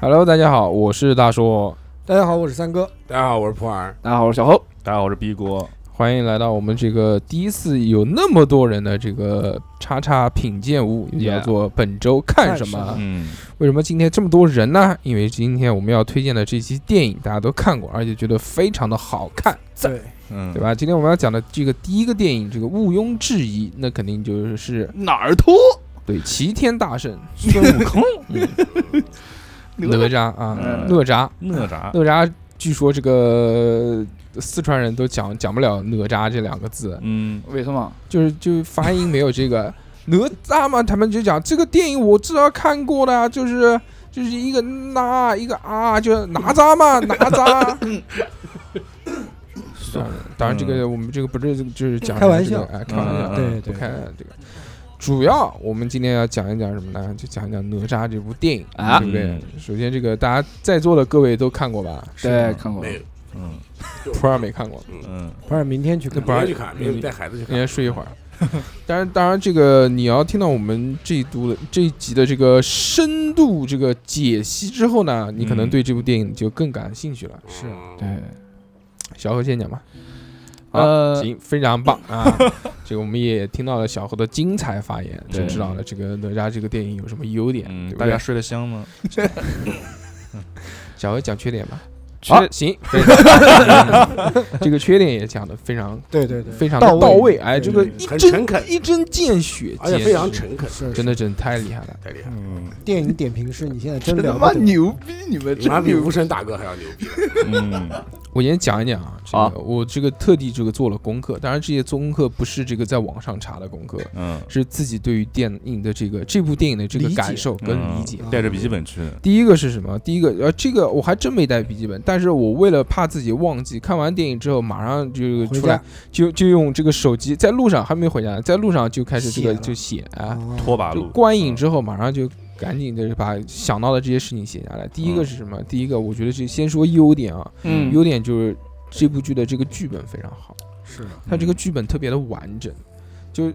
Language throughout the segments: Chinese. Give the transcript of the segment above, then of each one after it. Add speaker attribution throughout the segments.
Speaker 1: Hello，大家好，我是大叔，
Speaker 2: 大家好，我是三哥。
Speaker 3: 大家好，我是普洱。
Speaker 4: 大家好，我是小侯。
Speaker 5: 大家好，我是 B 锅。
Speaker 1: 欢迎来到我们这个第一次有那么多人的这个叉叉品鉴屋，也
Speaker 5: Yeah
Speaker 1: 叫做本周看什
Speaker 2: 看什
Speaker 1: 么
Speaker 2: 么？
Speaker 5: 嗯，
Speaker 1: 为什么今天这么多人呢？因为今天我们要推荐的这期电影大家都看过，而且觉得非常的好看，
Speaker 2: 对，
Speaker 5: 嗯
Speaker 1: 对？吧？今天我们要讲的这个第一个电影，这个毋庸置疑，那肯定就是
Speaker 4: 哪儿脱？
Speaker 1: 对齐天大圣嗯
Speaker 5: 孙悟 空，
Speaker 1: 哪吒啊，
Speaker 5: 嗯
Speaker 1: 哪吒，
Speaker 5: 哪吒，
Speaker 1: 哪吒，据说这个四川人都讲讲不了哪吒这两个字，
Speaker 5: 嗯，
Speaker 4: 为什么？
Speaker 1: 就是就发音没有这个哪吒嘛，他们就讲这个电影我至少看过的啊，就是就是一个那一个啊，就是哪吒嘛，哪吒。当然当然，这个我们这个不是就是讲
Speaker 2: 开玩
Speaker 1: 这个
Speaker 2: 笑
Speaker 1: 哎，开玩笑，
Speaker 5: 嗯
Speaker 1: 不
Speaker 2: 对对，
Speaker 1: 开这个。主要我们今天要讲一讲什么呢？就讲一讲哪吒这部电影，
Speaker 4: 啊
Speaker 1: 对不对
Speaker 5: 嗯？
Speaker 1: 首先，这个大家在座的各位都看过吧？
Speaker 4: 对，看过。
Speaker 3: 没有，
Speaker 5: 嗯
Speaker 1: 普洱没看过，
Speaker 5: 嗯
Speaker 2: 不然明天去看
Speaker 1: 不。然
Speaker 3: 别去看，别带孩子去
Speaker 1: 应
Speaker 3: 看。
Speaker 1: 该睡一会儿。 当然，当然，这个你要听到我们这一度的这一集的这个深度这个解析之后呢，你可能
Speaker 5: 嗯哦
Speaker 1: 对这部电影就更感兴趣了。啊
Speaker 2: 是
Speaker 3: 对，
Speaker 4: 对，
Speaker 1: 小何先讲吧。好
Speaker 4: 呃，
Speaker 1: 行，非常棒 啊！这个我们也听到了小何的精彩发言，就
Speaker 5: 对
Speaker 1: 知道了这个哪吒这个电影有什么优点，
Speaker 5: 嗯，
Speaker 1: 对不
Speaker 5: 大家
Speaker 1: 对？
Speaker 5: 睡得香吗？
Speaker 1: 小何讲缺点吧。
Speaker 4: 缺
Speaker 1: 好、行，非常 这个缺点也讲的非常
Speaker 2: 对对对，
Speaker 1: 非常地
Speaker 2: 到
Speaker 1: 到位，哎，这个
Speaker 2: 对
Speaker 1: 一
Speaker 3: 很
Speaker 1: 针
Speaker 3: 诚恳
Speaker 1: 一针见血，
Speaker 3: 而且
Speaker 1: 见
Speaker 3: 非常
Speaker 1: 血
Speaker 3: 诚恳，
Speaker 2: 是
Speaker 1: 真的真太厉害了。
Speaker 3: 太厉害了，
Speaker 5: 嗯
Speaker 2: 电影点评师，你现在真
Speaker 4: 真
Speaker 2: 了
Speaker 4: 他
Speaker 2: 不
Speaker 4: 妈
Speaker 2: 得
Speaker 4: 牛逼！你们
Speaker 3: 你妈
Speaker 4: 真
Speaker 3: 比
Speaker 4: 牛
Speaker 3: 无
Speaker 4: 逼！
Speaker 3: 声大哥还要牛逼。
Speaker 5: 嗯，
Speaker 1: 我先讲一讲啊，这
Speaker 4: 好
Speaker 1: 个我这个特地这个做了功课，当然这些做功课不是这个在网上查的功课，
Speaker 5: 嗯，
Speaker 1: 是自己对于电影的这个这部电影的这个
Speaker 2: 理解
Speaker 1: 感受跟理解。
Speaker 2: 嗯
Speaker 5: 带着笔记本去的。
Speaker 1: 第一个是什么？第一个呃，这个我还真没带笔记本，但是我为了怕自己忘记，看完电影之后马上就
Speaker 2: 回
Speaker 1: 出来
Speaker 2: 家，
Speaker 1: 就就用这个手机，在路上还没回家，在路上就开始这个
Speaker 2: 写了
Speaker 1: 就写啊，
Speaker 2: 哦
Speaker 5: 拖把
Speaker 1: 就
Speaker 5: 路，嗯
Speaker 1: 观影之后马上就赶紧的把想到的这些事情写下来。第一个是什么？第一个我觉得是先说优点啊，
Speaker 4: 嗯，
Speaker 1: 优点就是这部剧的这个剧本非常好，
Speaker 2: 是的
Speaker 1: 它这
Speaker 5: 嗯
Speaker 1: 个剧本特别的完整，就。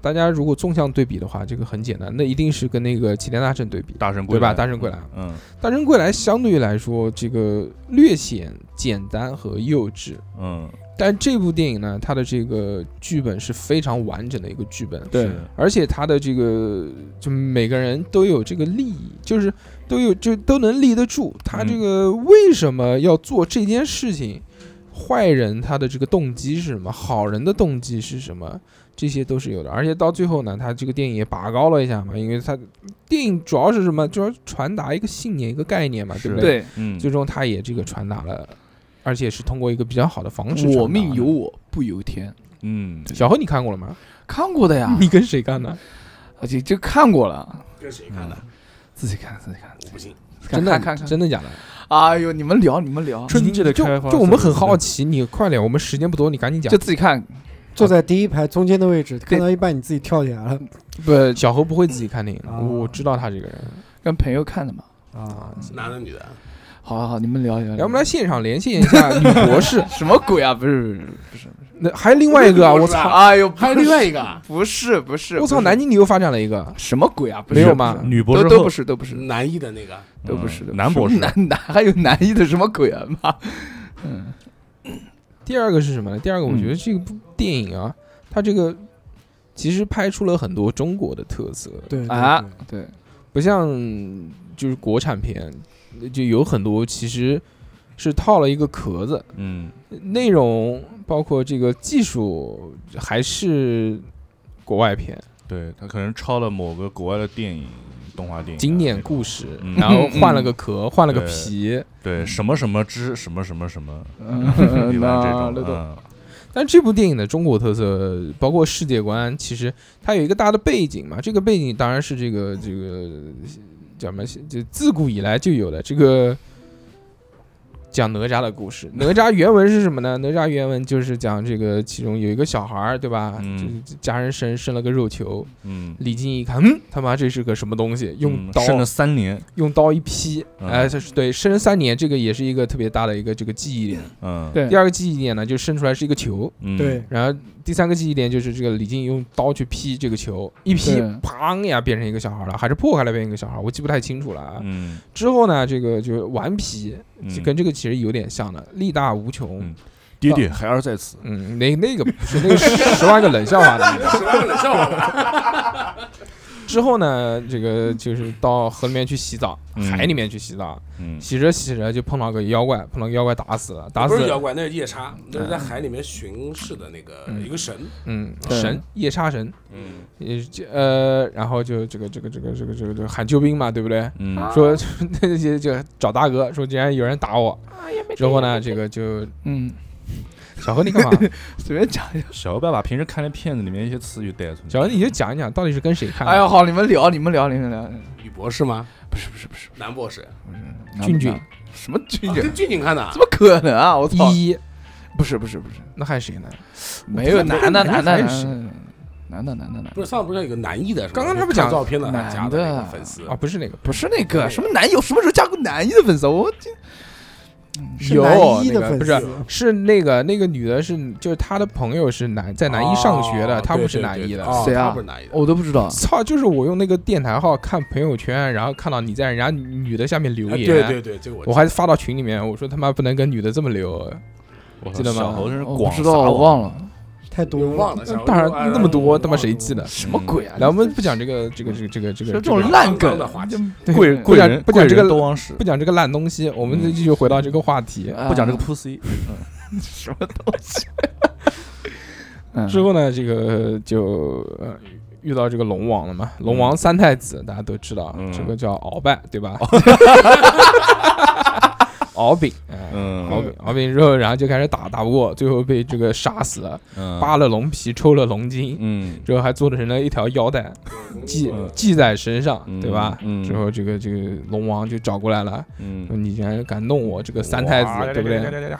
Speaker 1: 大家如果纵向对比的话，这个很简单，那一定是跟那个《齐天大圣》对比。
Speaker 5: 大圣归
Speaker 1: 对吧
Speaker 5: 来，
Speaker 1: 大圣归来
Speaker 5: 嗯
Speaker 1: 《大圣归来》相对于来说，这个略显简单和幼稚，
Speaker 5: 嗯，
Speaker 1: 但这部电影呢，它的这个剧本是非常完整的一个剧本，
Speaker 4: 对
Speaker 5: 是的，
Speaker 1: 而且他的这个就每个人都有这个利益，就是都有就都能立得住。他这个为什么要做这件事情？坏人他的这个动机是什么？好人的动机是什么？这些都是有的。而且到最后呢，他这个电影也拔高了一下嘛，因为他电影主要是什么？主要传达一个信念、一个概念嘛，对不
Speaker 5: 是？
Speaker 4: 对，
Speaker 5: 嗯，
Speaker 1: 最终他也这个传达了，而且是通过一个比较好的方式。
Speaker 4: 我命由。我不由天，
Speaker 5: 嗯，
Speaker 1: 小何，你看过了吗？
Speaker 4: 看过的呀，
Speaker 1: 你跟谁看的？
Speaker 4: 而且就看过了，
Speaker 3: 跟谁看的？
Speaker 4: 自己看自己看，
Speaker 3: 我不信。
Speaker 1: 真的
Speaker 4: 看看看看。
Speaker 1: 真的假的？
Speaker 4: 哎呦，你们聊你们聊，
Speaker 5: 春季的开花
Speaker 1: 啊就就我们很
Speaker 5: 是不是
Speaker 1: 好奇，你快点，我们时间不多，你赶紧讲
Speaker 4: 就。自己看，
Speaker 2: 坐在第一排中间的位置，看到一半你自己跳起来了
Speaker 1: 不，小何不会自己看电影的，
Speaker 2: 啊
Speaker 1: 我知道他这个人
Speaker 4: 跟朋友看的嘛。
Speaker 2: 啊！
Speaker 3: 男的女的？
Speaker 4: 好好好，你们聊一聊。
Speaker 1: 来，我们来现场连线一下女博 士。
Speaker 4: 什么鬼啊？不是不是不是，
Speaker 1: 那还有另外一个啊，我
Speaker 3: 不是
Speaker 1: 操！
Speaker 3: 啊
Speaker 4: 哎呦，还
Speaker 3: 还有另外一个啊
Speaker 4: 不是不是，
Speaker 1: 我操！
Speaker 4: 不是
Speaker 1: 南京你又发展了一个，
Speaker 4: 什么鬼啊？不
Speaker 1: 没
Speaker 4: 是
Speaker 1: 有吗？
Speaker 5: 女博
Speaker 4: 都
Speaker 5: 士
Speaker 4: 都
Speaker 5: 后
Speaker 4: 不是都不是
Speaker 3: 男一的那个，
Speaker 4: 都不
Speaker 5: 嗯
Speaker 4: 是的，
Speaker 5: 男
Speaker 4: 什么
Speaker 5: 博士
Speaker 4: 男男还有男一的什么鬼啊妈！嗯，
Speaker 1: 第二个是什么呢？第二个，我
Speaker 5: 嗯
Speaker 1: 觉得这部电影啊，它这个其实拍出了很多中国的特色，
Speaker 2: 对对
Speaker 4: 啊
Speaker 2: 嗯对，
Speaker 4: 对，
Speaker 1: 不像就是国产片，就有很多其实是套了一个壳子，
Speaker 5: 嗯
Speaker 1: 内容包括这个技术还是国外片。
Speaker 5: 对他可能抄了某个国外的电影、动画电影啊，
Speaker 1: 经典故事，
Speaker 5: 嗯
Speaker 1: 然后换了个壳，换了个皮。
Speaker 5: 对什么什么之什么什么什么，
Speaker 4: 嗯
Speaker 5: 对吧？这种
Speaker 4: 那都
Speaker 5: 嗯
Speaker 1: 但这部电影的中国特色，包括世界观，其实它有一个大的背景嘛。这个背景当然是这个这个叫什么？就自古以来就有的这个。讲哪吒的故 事。哪吒原文是什么呢？哪吒原文就是讲这个，其中有一个小孩儿，对吧？
Speaker 5: 嗯
Speaker 1: 就是家人生生了个肉球，
Speaker 5: 嗯，
Speaker 1: 李靖一看，嗯，他妈这是个什么东西？用
Speaker 5: 嗯
Speaker 1: 刀、
Speaker 5: 生了三年，
Speaker 1: 用刀一劈，
Speaker 5: 嗯
Speaker 1: 哎、这是对，生了三年，这个也是一个特别大的一个这个记忆点。
Speaker 5: 嗯，
Speaker 4: 对
Speaker 1: 第二个记忆点呢，就生出来是一个球，
Speaker 5: 嗯，
Speaker 2: 对，
Speaker 1: 然后第三个记忆点就是这个李靖用刀去劈这个球，一劈
Speaker 4: 对，
Speaker 1: 砰呀变成一个小孩了，还是破开了变成一个小孩，我记不太清楚了啊。
Speaker 5: 嗯，
Speaker 1: 之后呢，这个就是顽皮，
Speaker 5: 嗯
Speaker 1: 就跟这个其实有点像的，力大无穷。嗯
Speaker 5: 嗯爹爹孩儿在此，
Speaker 1: 那那个不是那个是十万个冷笑话的。
Speaker 3: 十万冷笑话了，
Speaker 1: 之后呢，这个就是到河里面去洗澡，
Speaker 5: 嗯
Speaker 1: 海里面去洗澡，
Speaker 5: 嗯
Speaker 1: 洗着洗着就碰到个妖怪，碰到妖怪打死了，打
Speaker 3: 不
Speaker 1: 死
Speaker 3: 是妖怪，那是夜叉，那是在海里面巡视的那个
Speaker 1: 嗯
Speaker 3: 一个神。
Speaker 1: 嗯
Speaker 4: 对
Speaker 1: 神夜叉神，
Speaker 3: 嗯，
Speaker 1: 也是呃，然后就这个这个这个这个这个这个喊救兵嘛，对不对？
Speaker 5: 嗯
Speaker 3: 啊
Speaker 1: 说 那些就找大哥，说竟然有人打我，之后呢，这个就
Speaker 4: 嗯，
Speaker 1: 小何你干嘛？
Speaker 4: 随便讲一下。
Speaker 5: 小何爸爸平时看的片子里面一些词语带出来，
Speaker 1: 小何你就讲一讲到底是跟谁看的？
Speaker 4: 哎呀，好，你们聊，你们聊，你们聊。
Speaker 3: 女博士吗？
Speaker 4: 不是不是不是
Speaker 3: 男博士，
Speaker 4: 不是，
Speaker 1: 俊俊
Speaker 4: 拿不拿什么俊
Speaker 3: 啊
Speaker 4: 俊？
Speaker 3: 跟俊俊看的啊
Speaker 4: 怎。么可能啊！我操，
Speaker 3: 哦
Speaker 1: 一
Speaker 4: 不是不是不是，
Speaker 1: 那还谁呢？
Speaker 4: 没有男的男的
Speaker 1: 还
Speaker 4: 男
Speaker 1: 有
Speaker 4: 的
Speaker 1: 谁
Speaker 4: 男的男的男
Speaker 3: 不
Speaker 4: 的，
Speaker 3: 是上次不是有个男一的是吧？
Speaker 1: 刚刚他不
Speaker 3: 看
Speaker 1: 讲
Speaker 3: 照片的
Speaker 4: 男
Speaker 3: 加的那
Speaker 4: 的
Speaker 3: 个粉丝
Speaker 1: 啊，不是那个，
Speaker 4: 不是那个什么男友，什么时候加过男一的粉丝？我这
Speaker 2: 是
Speaker 4: 有
Speaker 2: 男一
Speaker 4: 那
Speaker 2: 的
Speaker 4: 个
Speaker 2: 粉
Speaker 1: 不
Speaker 2: 丝
Speaker 1: 是，是那个那个女的是，就是她的朋友是男在南一上学的，
Speaker 3: 哦
Speaker 1: 她不
Speaker 3: 对
Speaker 1: 是
Speaker 3: 对
Speaker 1: 南一
Speaker 3: 对
Speaker 1: 的。
Speaker 3: 哦
Speaker 4: 谁啊
Speaker 3: 他不是南一的，
Speaker 4: 我都不知道。
Speaker 1: 操！就是我用那个电台号看朋友圈，然后看到你在人家女的下面留
Speaker 3: 哎
Speaker 1: 言，
Speaker 3: 对对对，这个我
Speaker 1: 我还发到群里面，我说他妈不能跟女的这么留，
Speaker 5: 我
Speaker 1: 记得吗
Speaker 5: 小何真是
Speaker 4: 我
Speaker 5: 广
Speaker 4: 不知道，
Speaker 5: 撒
Speaker 4: 我
Speaker 5: 网，
Speaker 4: 忘了
Speaker 2: 太多
Speaker 3: 我忘
Speaker 2: 了。
Speaker 3: 了，小时候
Speaker 1: 当然
Speaker 3: 哎
Speaker 1: 那么多，
Speaker 3: 我
Speaker 1: 他妈谁记得？
Speaker 4: 什么鬼啊！
Speaker 1: 来，我们不讲这个这个这个这个这
Speaker 4: 说
Speaker 1: 个
Speaker 4: 这
Speaker 1: 这个
Speaker 4: 种烂梗
Speaker 3: 肮脏的话题
Speaker 1: 对
Speaker 5: 贵
Speaker 1: 不
Speaker 5: 贵
Speaker 1: 讲
Speaker 5: 人
Speaker 1: 不讲
Speaker 5: 贵
Speaker 1: 这个
Speaker 5: 人都往使，
Speaker 1: 不讲这个烂东西，我们就
Speaker 5: 嗯
Speaker 1: 继续回到这个话题。
Speaker 4: 啊
Speaker 5: 不讲这个 pussy，
Speaker 4: 什么东西。嗯
Speaker 1: 之后呢，这个就呃遇到这个龙王了嘛，龙王三太子大家都知道，
Speaker 5: 嗯
Speaker 1: 这个叫鳌拜对 吧？敖丙，哎敖
Speaker 5: 嗯
Speaker 1: 丙，敖丙之后，然后就开始打，打不过，最后被这个杀死了，
Speaker 5: 嗯，
Speaker 1: 扒了龙皮，抽了龙筋，
Speaker 5: 嗯，
Speaker 1: 之后还做成了一条腰带系系在身上，对吧？
Speaker 5: 嗯
Speaker 1: 之后这个这个龙王就找过来了，说
Speaker 5: 嗯，
Speaker 1: 你竟然敢弄我这个三太
Speaker 5: 哇
Speaker 1: 子，对不对？？
Speaker 5: 嗯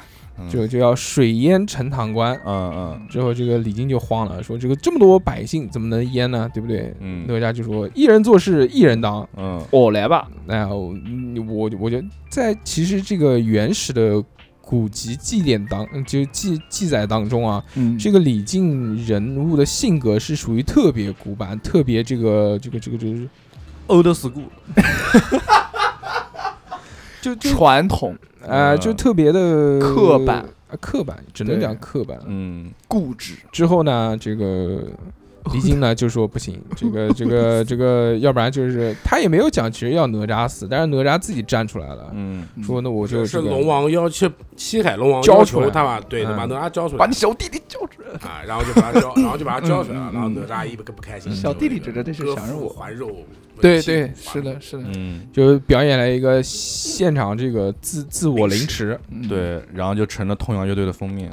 Speaker 1: 就就要水淹陈塘关。
Speaker 5: 嗯
Speaker 1: 之后这个李靖就慌了，说这个这么多百姓怎么能淹呢？对不对？
Speaker 5: 嗯
Speaker 1: 哪吒就说一人做事一人当。
Speaker 5: 嗯
Speaker 4: 我来吧，
Speaker 1: 哎呀，我嗯我我觉得在其实这个原始的古籍祭典当嗯就记记载当中啊，
Speaker 4: 嗯，
Speaker 1: 这个李靖人物的性格是属于特别古板，特别这个这个这个这个
Speaker 5: ，old school，
Speaker 1: 就就
Speaker 4: 传统
Speaker 1: 啊、就特别的
Speaker 4: 嗯刻板
Speaker 1: 啊，刻板只能
Speaker 4: 对
Speaker 1: 讲刻板。
Speaker 5: 嗯
Speaker 4: 固执，
Speaker 1: 之后呢，这个 李靖呢就说不行，这个这个这个，要不然就是他也没有讲，其实要哪吒死，但是哪吒自己站出来了，
Speaker 5: 嗯
Speaker 1: 说那我就是这个
Speaker 3: 龙王要去西海龙王
Speaker 1: 交
Speaker 3: 要
Speaker 1: 出来
Speaker 3: 求他把对
Speaker 1: 嗯
Speaker 3: 把哪吒交出
Speaker 4: 把
Speaker 3: 来
Speaker 4: 你小弟弟叫出来。
Speaker 3: 啊，然后就把他交，然后就把他交出来了
Speaker 5: 嗯，嗯
Speaker 3: 然后哪吒一不不开心，
Speaker 4: 小弟弟指着这是
Speaker 3: 割
Speaker 4: 想着
Speaker 3: 腹
Speaker 4: 我
Speaker 3: 还肉，
Speaker 4: 对对，是的，是的，
Speaker 5: 嗯，
Speaker 1: 就表演了一个现场这个自自我凌迟，
Speaker 4: 嗯，
Speaker 5: 对，然后就成了痛仰乐队的封面，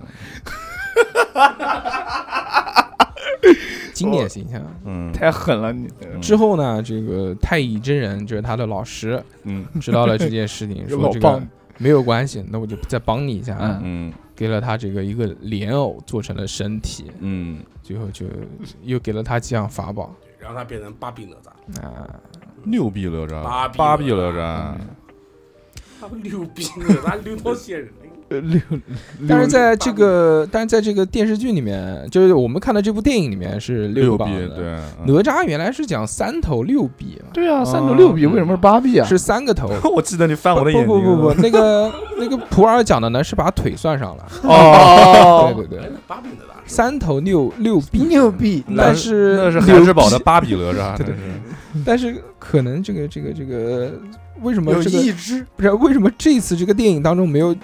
Speaker 1: 经典形象。
Speaker 5: 嗯
Speaker 4: 太狠了你。
Speaker 1: 之后呢，这个太乙真人就是他的老师，
Speaker 5: 嗯
Speaker 1: 知道了这件事情，说
Speaker 4: 老
Speaker 1: 这个
Speaker 4: 棒
Speaker 1: 没有关系，那我就再帮你一下，
Speaker 4: 嗯
Speaker 5: 嗯
Speaker 1: 给了他这个一个莲藕做成了身体，
Speaker 5: 嗯
Speaker 1: 最后就又给了他几样法宝
Speaker 3: 然后他变成八臂哪吒，
Speaker 1: 啊，
Speaker 5: 六臂哪吒，
Speaker 3: 八
Speaker 5: 八
Speaker 3: 臂
Speaker 5: 臂
Speaker 3: 哪
Speaker 5: 哪
Speaker 3: 吒
Speaker 5: 吒，
Speaker 3: 他 们六臂哪吒六条线人，
Speaker 4: 六，
Speaker 1: 但是在这个，但是在这个电视剧里面，就是我们看的这部电影里面是
Speaker 5: 六臂
Speaker 1: 磅的。
Speaker 5: 对，嗯
Speaker 1: 哪吒原来是讲三头六臂嘛，
Speaker 4: 对啊，三头六臂为什么是八臂啊？
Speaker 1: 是三个头。
Speaker 5: 我记得你翻
Speaker 1: 不不不不，那个 那个普洱讲的呢是把腿算上了。对
Speaker 4: 哦，
Speaker 1: 对对，
Speaker 3: 八臂哪吒是
Speaker 1: 三头六六臂，
Speaker 2: 牛逼！
Speaker 1: 但是
Speaker 5: 那是
Speaker 1: 六
Speaker 5: 孩之宝的八臂哪吒，
Speaker 1: 对对但是可能这个这个这个为什么
Speaker 2: 有
Speaker 1: 这个
Speaker 2: 一只
Speaker 1: 不是为什么这次这个电影当中没有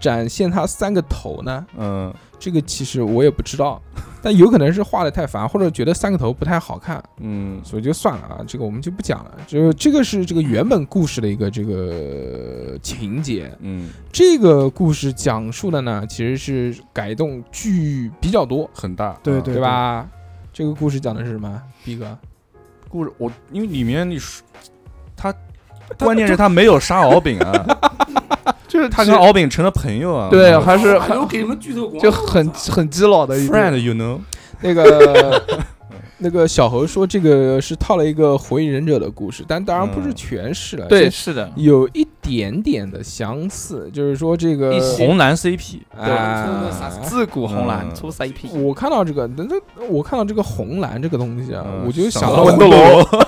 Speaker 1: 展现他三个头呢？
Speaker 5: 嗯
Speaker 1: 这个其实我也不知道， 但有可能是画的太烦，或者觉得三个头不太好看。
Speaker 5: 嗯
Speaker 1: 所以就算了啊，这个我们就不讲了。就这个是这个原本故事的一个这个情节，
Speaker 5: 嗯，
Speaker 1: 这个故事讲述的呢，其实是改动剧比较多，
Speaker 5: 很大，啊
Speaker 2: 对对
Speaker 1: 对吧？这个故事讲的是什么？逼哥，
Speaker 5: 故事，我因 为里面你说他，关键是他没有杀敖丙啊，
Speaker 4: 就是
Speaker 5: 他跟敖丙成了朋友啊。
Speaker 4: 对还是
Speaker 3: 哎呦给你们剧透光，
Speaker 4: 就很很基佬的一个
Speaker 5: friend，you know，
Speaker 1: 那个 那个小猴说这个是套了一个火影忍者的故事，但当然不是
Speaker 5: 嗯
Speaker 1: 全是了，
Speaker 4: 对，
Speaker 1: 是
Speaker 4: 是的，
Speaker 1: 有一点点的相似，就是说这个
Speaker 4: 一些
Speaker 5: 呃红蓝 CP，
Speaker 1: 啊。
Speaker 4: 自古红蓝
Speaker 5: 嗯
Speaker 4: 出 CP，
Speaker 1: 我看到这个，那那我看到这个红蓝这个东西啊，
Speaker 5: 嗯
Speaker 1: 我就
Speaker 5: 想
Speaker 1: 想到
Speaker 5: 到
Speaker 1: 了
Speaker 5: 魂 斗罗，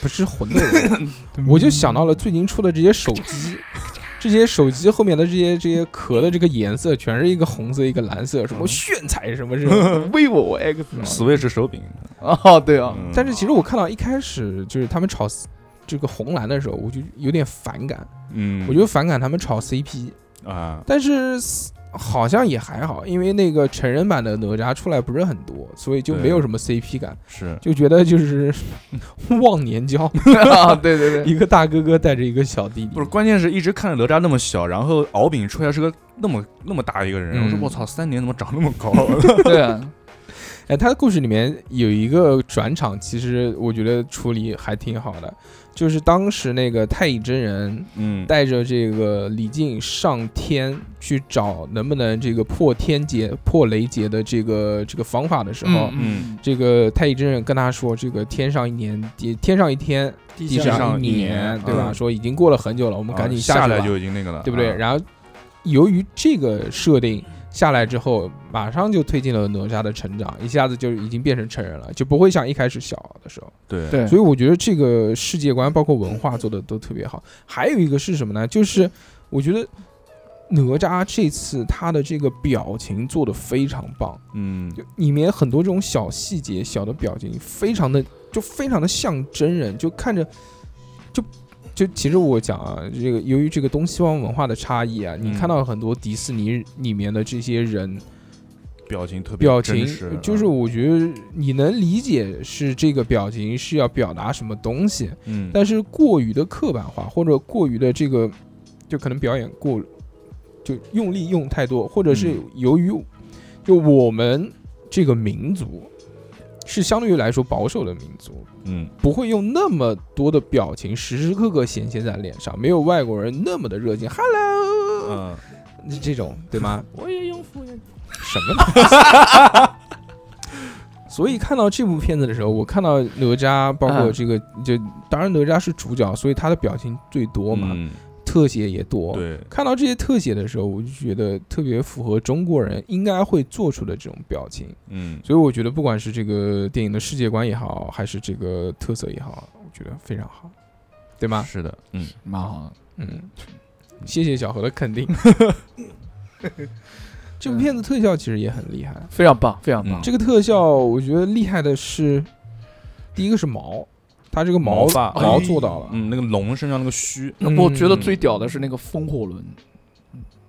Speaker 1: 不是魂斗 罗，我就想到了最近出的这些手机，这些手机后面的这些这些壳的这个颜色，全是一个红色一个蓝色，什
Speaker 5: 嗯
Speaker 1: 么炫彩什么什 么。
Speaker 4: vivo X 嘛
Speaker 5: Switch 手柄。
Speaker 4: 哦，对 啊，
Speaker 5: 嗯
Speaker 1: 但是其实我看到一开始就是他们炒这个红蓝的时候，我就有点反感，
Speaker 5: 嗯，
Speaker 1: 我就反感他们炒 CP，
Speaker 5: 啊，
Speaker 1: 但是好像也还好，因为那个成人版的哪吒出来不是很多，所以就没有什么 CP 感，
Speaker 5: 是
Speaker 1: 就觉得就是 忘年交，
Speaker 4: 啊，对对对，
Speaker 1: 一个大哥哥带着一个小弟弟
Speaker 5: 不是？。关键是一直看着哪吒那么小，然后敖丙出来是个那么那么大一个人，我说
Speaker 1: 嗯
Speaker 5: 我操，三年怎么长那么高？
Speaker 4: 对啊，
Speaker 1: 哎，他的故事里面有一个转场，其实我觉得处理还挺好的，就是当时那个太乙真人
Speaker 5: 嗯，
Speaker 1: 带着这个李靖上天去找能不能这个破天劫、破雷劫的这个这个方法的时候，
Speaker 5: 嗯
Speaker 1: 这个太乙真人跟他说：“这个天上一年，地天上一天，
Speaker 2: 地
Speaker 1: 地
Speaker 5: 下
Speaker 2: 上
Speaker 1: 一
Speaker 5: 一年
Speaker 1: 对吧？
Speaker 5: 嗯
Speaker 1: 说已经过了很久了，我
Speaker 5: 我
Speaker 1: 们赶紧
Speaker 5: 啊下
Speaker 1: 去
Speaker 5: 来
Speaker 1: 吧
Speaker 5: 就已经那个了，
Speaker 1: 对不对？
Speaker 5: 啊？
Speaker 1: 然后由于这个设定下来之后，马上就推进了哪吒的成长，一下子就已经变成成人了，就不会像一开始小的时候。
Speaker 5: 对
Speaker 4: 对
Speaker 1: 所以我觉得这个世界观包括文化做的都特别好。还有一个是什么呢？就是我觉得哪吒这次他的这个表情做的非常棒，
Speaker 5: 嗯
Speaker 1: 就里面很多这种小细节、小的表情，非常的就非常的像真人，就看着就。就其实我讲啊，这个由于这个东西方文化的差异啊，你
Speaker 5: 嗯
Speaker 1: 看到很多迪士尼里面的这些人，
Speaker 5: 表情特别
Speaker 1: 表
Speaker 5: 真
Speaker 1: 情
Speaker 5: 实，啊
Speaker 1: 就是我觉得你能理解是这个表情是要表达什么东西，
Speaker 5: 嗯，
Speaker 1: 但是过于的刻板化或者过于的这个，就可能表演过就用力用太多，或者是
Speaker 5: 嗯
Speaker 1: 由于就我们这个民族是相对于来说保守的民族，
Speaker 5: 嗯
Speaker 1: 不会用那么多的表情时时刻刻显现在脸上，没有外国人那么的热情，Hello，、
Speaker 5: 嗯，
Speaker 1: 这 种对吗？
Speaker 3: 我也用复原，
Speaker 1: 什么东 西？所以看到这部片子的时候，我看到哪吒，包括
Speaker 4: 嗯
Speaker 1: 这个，就当然哪吒是主角，所以他的表情最多嘛，
Speaker 5: 嗯
Speaker 1: 特写也多。
Speaker 5: 对，
Speaker 1: 看到这些特写的时候，我就觉得特别符合中国人应该会做出的这种表情。
Speaker 5: 嗯，
Speaker 1: 所以我觉得，不管是这个电影的世界观也好，还是这个特色也好，我觉得非常好，对吗？
Speaker 5: 是的，嗯，
Speaker 4: 蛮好的。
Speaker 1: 嗯， 谢谢小何的肯定。 这部片子特效其实也很厉害。
Speaker 4: 非常棒，非常棒
Speaker 5: 嗯。
Speaker 1: 这个特效我觉得厉害的是，第一个是毛，它这个毛
Speaker 5: 毛发
Speaker 1: 毛做到了。
Speaker 5: 嗯，那个龙身上那个须，
Speaker 1: 嗯
Speaker 4: 我觉得最屌的是那个风火轮，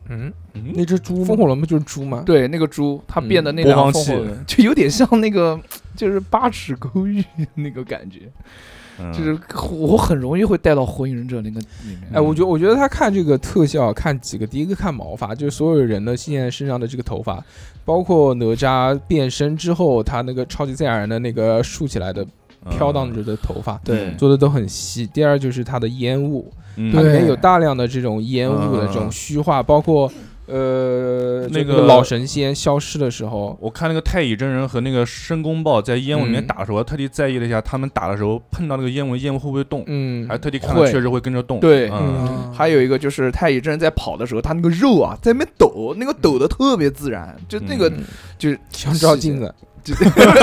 Speaker 1: 嗯，
Speaker 5: 嗯，
Speaker 2: 那只猪吗
Speaker 1: 风火轮不就是猪吗？
Speaker 4: 对，那个猪它变的那
Speaker 5: 嗯播
Speaker 4: 辆
Speaker 5: 放
Speaker 4: 风火
Speaker 5: 器
Speaker 4: 轮，就有点像那个 就是八尺勾玉那个感觉，
Speaker 5: 嗯
Speaker 4: 就是我很容易会带到火影忍者那个里面。
Speaker 1: 哎，我觉得我觉得他看这个特效，看几个，第一个看毛发，就是所有人的现在身上的这个头发，包括哪吒变身之后，他那个超级赛亚人的那个竖起来的
Speaker 5: 嗯
Speaker 1: 飘荡，着的头发，
Speaker 4: 对
Speaker 1: 做的都很细。第二就是它的烟雾，
Speaker 5: 嗯
Speaker 1: 它
Speaker 4: 对
Speaker 1: 里面有大量的这种烟雾的这种虚化，包括呃
Speaker 5: 那
Speaker 1: 个
Speaker 5: 个
Speaker 1: 老神仙消失的时候，
Speaker 5: 我看那个太乙真人和那个申公豹在烟雾里面
Speaker 1: 嗯
Speaker 5: 打的时候，我特地在意了一下，他们打的时候碰到那个烟雾，烟雾会不会动？
Speaker 1: 嗯，
Speaker 5: 还特地看了，
Speaker 4: 会
Speaker 5: 确实会跟着动。
Speaker 4: 对
Speaker 5: 嗯，
Speaker 4: 还有一个就是太乙真人在跑的时候，他那个肉啊在那边抖，那个抖的特别自然，就那个、
Speaker 1: 嗯
Speaker 4: 就是
Speaker 1: 想照镜子。
Speaker 4: 就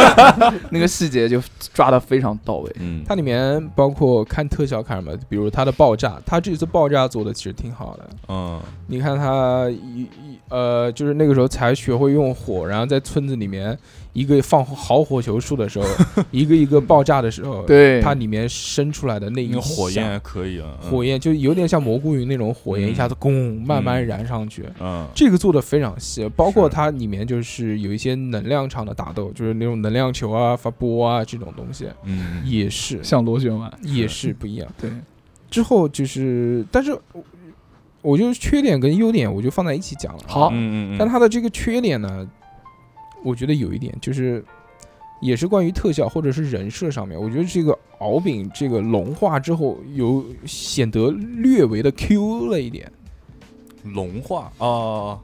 Speaker 4: 那个细节就抓的非常到位。
Speaker 5: 嗯，
Speaker 1: 它里面包括看特效看什么，比如它的爆炸，它这次爆炸做的其实挺好的。
Speaker 5: 嗯
Speaker 1: 你看它一一呃，就是那个时候才学会用火，然后在村子里面一个放好火球术的时 候，一个一个爆炸的时候，，
Speaker 4: 对，
Speaker 1: 它里面生出来的那一
Speaker 5: 那个火焰
Speaker 1: 下。
Speaker 5: 还可以啊，嗯
Speaker 1: 火焰就有点像蘑菇云那种火焰，
Speaker 5: 嗯
Speaker 1: 一下子咣慢慢
Speaker 5: 嗯
Speaker 1: 燃上去，
Speaker 5: 嗯
Speaker 1: 这个做的非常细，包括
Speaker 5: 是
Speaker 1: 它里面就是有一些能量场的打斗，就是那种能量球啊、发波啊这种东西，
Speaker 5: 嗯，
Speaker 1: 也是
Speaker 4: 像螺旋丸，
Speaker 1: 也是不一样。
Speaker 4: 对，
Speaker 1: 之后就是，但是我我就缺点跟优点我就放在一起讲了。啊
Speaker 4: 好，
Speaker 5: 嗯嗯嗯，
Speaker 1: 但它的这个缺点呢，我觉得有一点就是，也是关于特效或者是人设上面，我觉得这个敖丙这个龙化之后有显得略微的 Q 了一点。
Speaker 5: 龙化哦，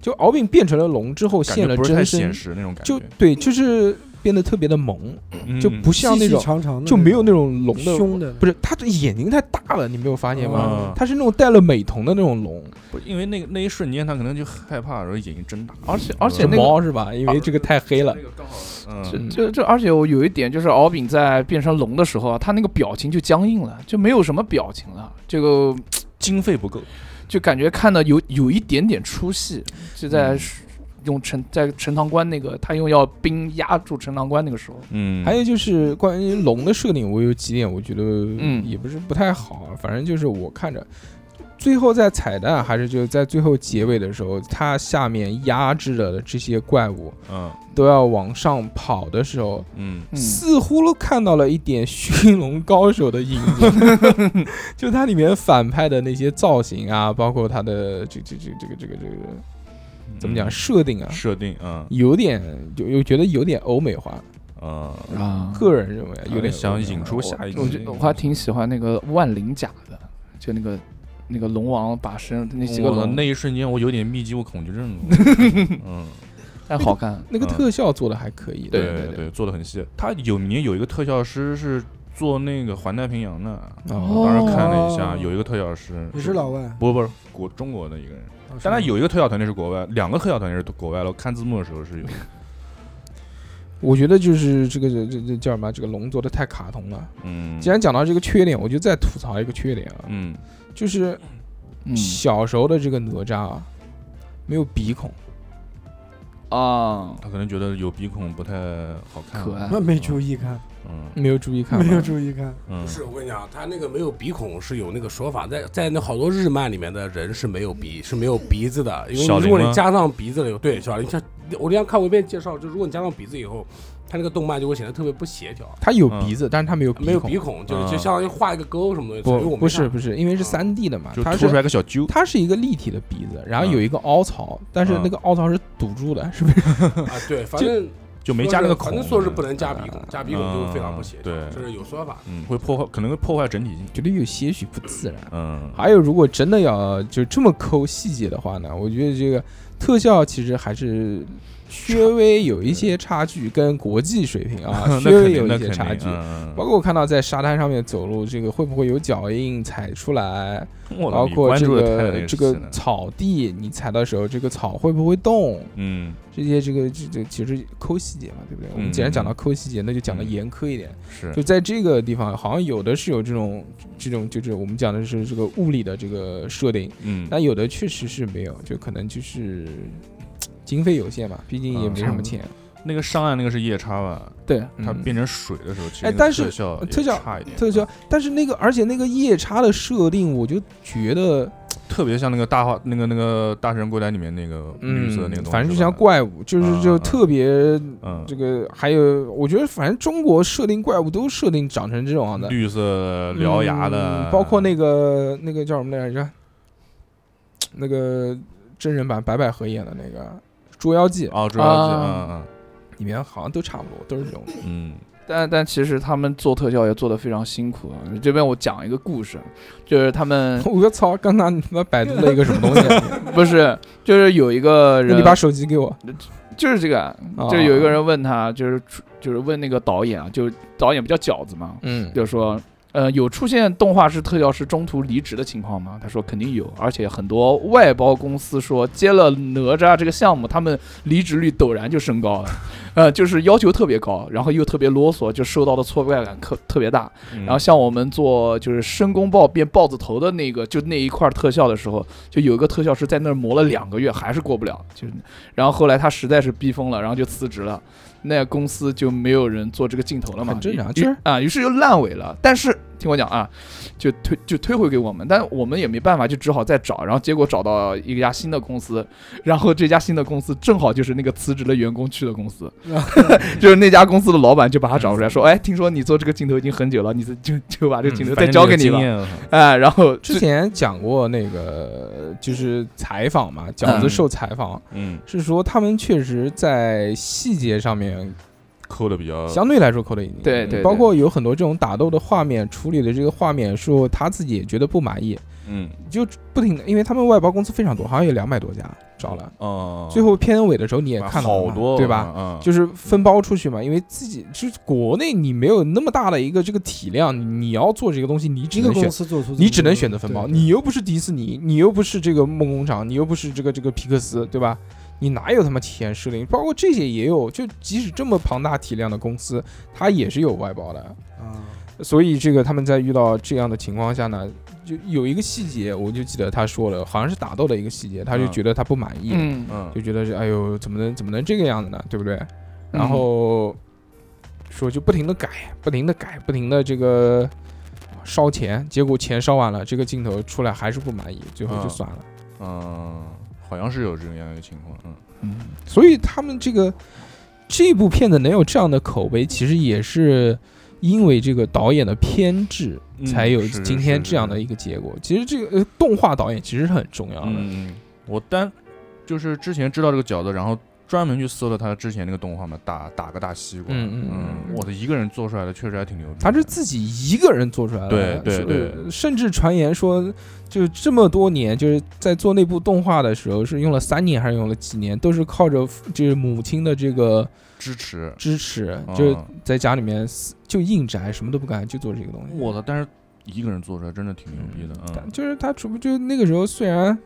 Speaker 1: 就敖丙变成了龙之后
Speaker 5: 感
Speaker 1: 现
Speaker 5: 觉
Speaker 1: 了
Speaker 5: 不是太
Speaker 1: 真
Speaker 5: 现
Speaker 1: 身，
Speaker 5: 实那种感觉
Speaker 1: 就，对，就是变得特别的萌，
Speaker 5: 嗯
Speaker 1: 就不像那
Speaker 2: 细
Speaker 1: 种
Speaker 2: 细长长的，
Speaker 1: 就没有那种龙的，
Speaker 2: 凶的，
Speaker 1: 不是他这眼睛太大了，你没有发现吗？
Speaker 5: 嗯
Speaker 1: 他是那种带了美瞳的那种龙，
Speaker 5: 不是因为那个那一瞬间他可能就害怕，然后眼睛睁大，
Speaker 4: 而且而且
Speaker 1: 是
Speaker 4: 那个
Speaker 1: 猫是吧？因为这个太黑了
Speaker 5: 那，个刚好
Speaker 4: 这
Speaker 5: 嗯，
Speaker 4: 这这，而且我有一点就是敖丙在变成龙的时候啊，他那个表情就僵硬了，就没有什么表情了，这个
Speaker 5: 经费不够，
Speaker 4: 就感觉看的有有一点点出戏，就在
Speaker 5: 嗯
Speaker 4: 用陈在陈塘关那个他用要兵压住陈塘关那个时候，
Speaker 5: 嗯，
Speaker 1: 还有就是关于龙的设定，我有几点我觉得
Speaker 4: 嗯
Speaker 1: 也不是不太好，啊反正就是我看着。最后在彩蛋还是就在最后结尾的时候，它下面压制的这些怪物
Speaker 5: 嗯
Speaker 1: 都要往上跑的时候，
Speaker 5: 嗯
Speaker 4: 嗯，
Speaker 1: 似乎看到了一点《驯龙高手》的影 子，就它里面反派的那些造型啊，包括它的这这这这个这个这个怎么讲
Speaker 5: 嗯
Speaker 1: 设定啊，
Speaker 5: 设定嗯
Speaker 1: 有点有有觉得有点欧美化，
Speaker 5: 嗯
Speaker 4: 啊，
Speaker 1: 个人认为啊有点
Speaker 5: 想
Speaker 1: 欧美化
Speaker 5: 引出下一
Speaker 4: 我
Speaker 5: 集
Speaker 1: 嗯
Speaker 4: 觉，我还挺喜欢那个万灵甲的，就那个那个龙王把身那几个
Speaker 5: 嗯我
Speaker 4: 龙
Speaker 5: 那一瞬间我有点密集我恐惧症了，嗯。
Speaker 4: 太好看了，
Speaker 1: 那个特效做的还可以，
Speaker 4: 对
Speaker 5: 对做的很细。他有年有一个特效师是做那个环太平洋的，
Speaker 1: 哦
Speaker 5: 当时看了一下，
Speaker 2: 哦
Speaker 5: 有一个特效师
Speaker 2: 也是老外，
Speaker 4: 啊
Speaker 5: 不不是国中国的一个人，
Speaker 2: 哦
Speaker 5: 但他有一个特效团队是国外，两个特效团队是国外了。我看字幕的时候是有，
Speaker 1: 我觉得就是这个这这这叫什么？这个龙做的太卡通了。
Speaker 5: 嗯，
Speaker 1: 既然讲到这个缺点，我就再吐槽一个缺点啊，
Speaker 5: 嗯
Speaker 1: 就是
Speaker 4: 嗯
Speaker 1: 小时候的这个哪吒啊，没有鼻孔。
Speaker 4: 啊，
Speaker 5: 他可能觉得有鼻孔不太好看，
Speaker 4: 可爱
Speaker 2: 那没注意看，
Speaker 5: 嗯
Speaker 1: 没有注意看吗，
Speaker 2: 没有注意看，
Speaker 5: 嗯
Speaker 3: 不，是，我跟你讲，他那个没有鼻孔是有那个说法，在在那好多日漫里面的人是没有鼻是没有鼻子的，因
Speaker 5: 小
Speaker 3: 为
Speaker 5: 林
Speaker 3: 如果你
Speaker 5: 吗
Speaker 3: 加上鼻子了以后，对小林，像我之前看过一遍介绍，就如果你加上鼻子以后，他那个动漫就会显得特别不协调，
Speaker 1: 他有鼻子，但是他没有
Speaker 3: 没有
Speaker 1: 孔
Speaker 3: 鼻孔，就是
Speaker 5: 啊
Speaker 3: 就相当于画一个沟什么东西。所以
Speaker 1: 不
Speaker 3: 我没
Speaker 1: 不是
Speaker 3: 看
Speaker 1: 不是，因为是
Speaker 3: 啊
Speaker 1: 三 D 的嘛，
Speaker 5: 就
Speaker 1: 它
Speaker 5: 凸出
Speaker 1: 是
Speaker 5: 来个小揪，
Speaker 1: 它是一个立体的鼻子，然后
Speaker 5: 嗯
Speaker 1: 有一个凹槽，但是
Speaker 5: 嗯
Speaker 1: 那个凹槽是堵住的，是不是？
Speaker 3: 啊，对，反
Speaker 1: 就
Speaker 3: 正
Speaker 5: 就没加那个孔，
Speaker 3: 反正说是不能加鼻孔，加鼻孔就非常不协调，
Speaker 5: 嗯对
Speaker 3: 这是有说法的。
Speaker 5: 嗯，会破坏，可能会破坏整体性，
Speaker 1: 觉得有些许不自然。
Speaker 5: 嗯，
Speaker 1: 还有，如果真的要就这么抠细节的话呢，我觉得这个特效其实还是略微有一些差距，跟国际水平啊， 略
Speaker 5: 那肯
Speaker 1: 微
Speaker 5: 定
Speaker 1: 有
Speaker 5: 那
Speaker 1: 一些
Speaker 5: 肯
Speaker 1: 差
Speaker 5: 定，
Speaker 1: 距。
Speaker 5: 嗯，
Speaker 1: 包括我看到在沙滩上面走路，这个会不会有脚印踩出来？
Speaker 5: 我
Speaker 1: 包
Speaker 5: 操你
Speaker 1: 括
Speaker 5: 关
Speaker 1: 这
Speaker 5: 注的
Speaker 1: 个
Speaker 5: 太
Speaker 1: 这
Speaker 5: 细
Speaker 1: 个
Speaker 5: 了
Speaker 1: 草地，你踩的时候，这个草会不会动？
Speaker 5: 嗯
Speaker 1: 这些这个这这其实抠细节嘛，对不对？我们既然
Speaker 5: 嗯
Speaker 1: 讲到抠细节，那就讲的严苛一点。
Speaker 5: 是
Speaker 1: 就在这个地方，好像有的是有这种这种，就是我们讲的是这个物理的这个设定，
Speaker 5: 嗯
Speaker 1: 但有的确实是没有，就可能就是经费有限嘛，毕
Speaker 5: 嗯
Speaker 1: 竟也没什么钱。
Speaker 5: 那个上岸那个是夜叉吧？
Speaker 4: 对，
Speaker 1: 嗯
Speaker 5: 它变成水的时候，其实
Speaker 1: 哎
Speaker 5: 那个
Speaker 1: 但是
Speaker 5: 特效也
Speaker 1: 特效
Speaker 5: 差一点，
Speaker 1: 特效，但是那个而且那个夜叉的设定，我就觉得，
Speaker 5: 特别像那个大话那个那个大神归来里面那个绿色那个
Speaker 1: 嗯，
Speaker 5: 东西，
Speaker 1: 反正就是
Speaker 5: 吧
Speaker 1: 像，怪物，就是就
Speaker 5: 嗯嗯
Speaker 1: 特别
Speaker 5: 嗯，
Speaker 1: 这个，还有我觉得反正中国设定怪物都设定长成这种样的，
Speaker 5: 绿色獠牙的
Speaker 1: 嗯，包括那个那个叫什么来着？那个真人版白百合演的那个《捉妖记》
Speaker 5: 哦，知道知道
Speaker 4: 啊
Speaker 1: 里面好像都差不多，都是这种。
Speaker 5: 嗯嗯
Speaker 4: 但但其实他们做特效也做得非常辛苦啊。这边我讲一个故事，就是他们
Speaker 1: 我操！刚刚你他妈百度了一个什么东西？
Speaker 4: 不是就是有一个
Speaker 1: 那
Speaker 4: 人，
Speaker 1: 你把手机给我。
Speaker 4: 就是这个，
Speaker 1: 啊
Speaker 4: 就是有一个，人问他，就是就是问那个导演啊，就是导演不叫饺子嘛，
Speaker 1: 嗯，
Speaker 4: 就说。呃，有出现动画师、特效师中途离职的情况吗？他说肯定有，而且很多外包公司说接了哪吒这个项目，他们离职率陡然就升高了， 呃，就是要求特别高，然后又特别啰嗦，就受到的挫败感特特别大。
Speaker 5: 嗯，
Speaker 4: 然后像我们做就是申公豹变豹子头的那个，就那一块特效的时候，就有一个特效师在那儿磨了两个月，还是过不了，就是，然后后来他实在是逼疯了，然后就辞职了。那公司就没有人做这个镜头了嘛，
Speaker 1: 很正常
Speaker 4: 于
Speaker 1: 就是
Speaker 4: 啊，于是就烂尾了。但是听我讲啊，就推就推回给我们，但我们也没办法，就只好再找。然后结果找到一家新的公司，然后这家新的公司正好就是那个辞职的员工去的公司，就是那家公司的老板就把他找出来说，哎，听说你做这个镜头已经很久了，你就就就把这个镜头
Speaker 5: 嗯
Speaker 4: 再交给你吧
Speaker 5: 反正。有经验
Speaker 4: 哎，然后
Speaker 1: 之前讲过那个就是采访嘛，饺子
Speaker 5: 嗯
Speaker 1: 受采访
Speaker 5: 嗯，
Speaker 1: 是说他们确实在细节上面
Speaker 5: 抠的比较
Speaker 1: 相对来说扣的一定，
Speaker 5: 嗯
Speaker 4: 对对对
Speaker 1: 包括有很多这种打斗的画面处理的这个画面，说他自己也觉得不满意，
Speaker 5: 嗯，
Speaker 1: 就不停的，因为他们外包公司非常多，好像有两百多家找了。
Speaker 5: 哦，
Speaker 1: 最后片尾的时候你也看到了
Speaker 5: 好
Speaker 1: 嘛
Speaker 5: 多，
Speaker 1: 对吧？？
Speaker 5: 嗯，
Speaker 1: 就是分包出去嘛，因为自己就是国内你没有那么大的一个这个体量，你你要做这个东西，你只
Speaker 2: 一个
Speaker 1: 能
Speaker 2: 公
Speaker 1: 选，
Speaker 2: 司做出这么多，
Speaker 1: 你只能选择分包，
Speaker 2: 对
Speaker 1: 你又不是迪士尼，你又不是这个梦工厂，你又不是这个这个皮克斯，对吧？你哪有他妈体验失灵？包括这些也有，就即使这么庞大体量的公司，它也是有外包的。
Speaker 2: 啊，
Speaker 1: 所以这个他们在遇到这样的情况下呢，就有一个细节，我就记得他说了，好像是打斗的一个细节，他就
Speaker 5: 嗯
Speaker 1: 觉得他不满意，
Speaker 4: 嗯，
Speaker 5: 嗯，
Speaker 1: 就觉得是哎呦，怎么能怎么能这个样子呢，对不对？
Speaker 5: 嗯
Speaker 1: 然后说就不停的改，不停的改，不停的这个烧钱，结果钱烧完了，这个镜头出来还是不满意，最后就
Speaker 5: 嗯
Speaker 1: 算了。
Speaker 5: 嗯，好像是有这样一个情况，嗯，
Speaker 4: 嗯，
Speaker 1: 所以他们这个这部片子能有这样的口碑，其实也是因为这个导演的偏执，
Speaker 5: 嗯
Speaker 1: 才有
Speaker 5: 是是
Speaker 1: 今天
Speaker 5: 是
Speaker 1: 这样的一个结果。其实这个呃动画导演其实是很重要的，
Speaker 5: 嗯，我单就是之前知道这个饺子，然后专门去搜了他之前那个动画嘛，打打个大西瓜，
Speaker 1: 嗯嗯
Speaker 5: 嗯，我的一个人做出来的确实还挺牛逼的，
Speaker 1: 他是自己一个人做出来的，呃
Speaker 5: 对对
Speaker 1: 是
Speaker 5: 对
Speaker 1: 甚至传言说，就这么多年，就是在做那部动画的时候，是用了三年还是用了几年，都是靠着就是母亲的这个
Speaker 5: 支持，
Speaker 1: 支持，
Speaker 5: 嗯
Speaker 1: 就是在家里面死就硬宅，什么都不干，就做这个东西。
Speaker 5: 我的，但是一个人做出来真的挺牛逼的，嗯
Speaker 1: 但就是他除就那个时候虽然。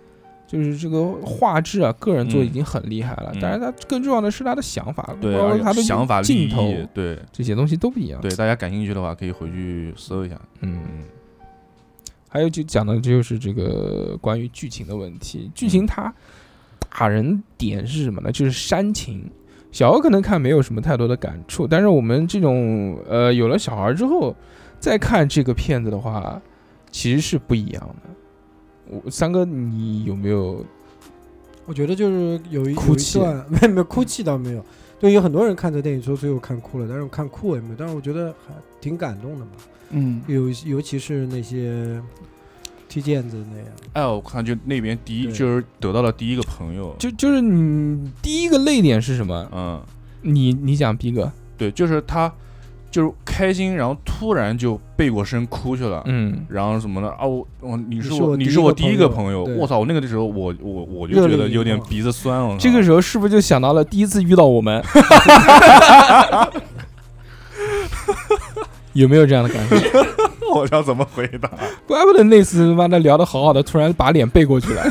Speaker 1: 就是这个画质啊，个人做已经很厉害了，
Speaker 5: 嗯嗯
Speaker 1: 但是他更重要的是他的想法，
Speaker 5: 对，
Speaker 1: 包
Speaker 5: 而
Speaker 1: 括
Speaker 5: 且
Speaker 1: 他的
Speaker 5: 想法、
Speaker 1: 镜
Speaker 5: 利
Speaker 1: 头啊
Speaker 5: 益，对
Speaker 1: 这些东西都不一样。
Speaker 5: 对，大家感兴趣的话可以回去搜一下，
Speaker 1: 嗯，
Speaker 5: 嗯
Speaker 1: 还有就讲的就是这个关于剧情的问题。剧情它打人点是什么呢？就是煽情。小孩可能看没有什么太多的感触，但是我们这种呃有了小孩之后再看这个片子的话，其实是不一样的。我三哥，你有没有？
Speaker 2: 我觉得就是有一
Speaker 1: 哭泣
Speaker 2: 有一段没有没有哭泣倒没有，对，有很多人看这电影说最后看哭了，但是我看哭也没有，但是我觉得还挺感动的嘛，
Speaker 4: 嗯，
Speaker 2: 尤尤其是那些踢毽子那样，
Speaker 5: 哎，我看就那边第一
Speaker 2: 对
Speaker 5: 就是得到了第一个朋友，
Speaker 1: 就就是你第一个泪点是什么？
Speaker 5: 嗯，
Speaker 1: 你你讲逼哥，
Speaker 5: 对，就是他就是开心，然后突然就背过身哭去了。
Speaker 1: 嗯，
Speaker 5: 然后什么的啊，我我你是
Speaker 2: 你是我
Speaker 5: 我
Speaker 2: 第
Speaker 5: 你
Speaker 2: 一个
Speaker 5: 是我第
Speaker 2: 朋
Speaker 5: 一个
Speaker 2: 友
Speaker 5: 朋友，
Speaker 2: 对
Speaker 5: 我操！我那个时候我我我就
Speaker 2: 热
Speaker 5: 觉
Speaker 2: 泪
Speaker 5: 得
Speaker 2: 盈
Speaker 5: 有点
Speaker 2: 眶
Speaker 5: 鼻子酸，我
Speaker 1: 这
Speaker 5: 靠
Speaker 1: 个时候是不是就想到了第一次遇到我们？ 有没有这样的感觉？
Speaker 5: 我要怎么回答？
Speaker 1: 怪不得那次他妈的聊得好好的，突然把脸背过去了。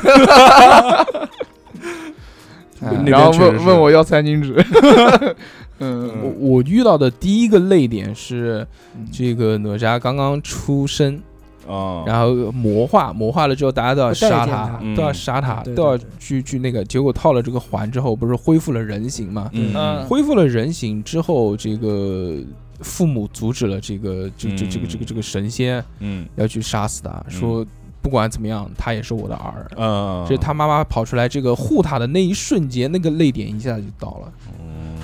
Speaker 5: 那
Speaker 4: 哎
Speaker 5: 边
Speaker 4: 然后
Speaker 5: 确实
Speaker 4: 问
Speaker 5: 是
Speaker 4: 问我要 餐巾纸，嗯，
Speaker 1: 我我遇到的第一个泪点是
Speaker 4: 嗯
Speaker 1: 这个哪吒刚刚出生，
Speaker 5: 啊，
Speaker 1: 然后魔化魔化了之后，大家都要杀他
Speaker 2: 不待，
Speaker 5: 见他
Speaker 1: 都要杀他，
Speaker 2: 嗯对对
Speaker 1: 都要
Speaker 2: 对
Speaker 1: 去去那个，结果套了这个环之后，不是恢复了人形嘛？
Speaker 5: 嗯
Speaker 4: 嗯
Speaker 1: 恢复了人形之后，这个父母阻止了这个这这这个
Speaker 5: 嗯
Speaker 1: 这个这个神仙
Speaker 5: 嗯
Speaker 1: 要去杀死他，说不管怎么样，他也是我的儿。
Speaker 5: 嗯，
Speaker 1: 就是他妈妈跑出来这个护他的那一瞬间，那个泪点一下就到了，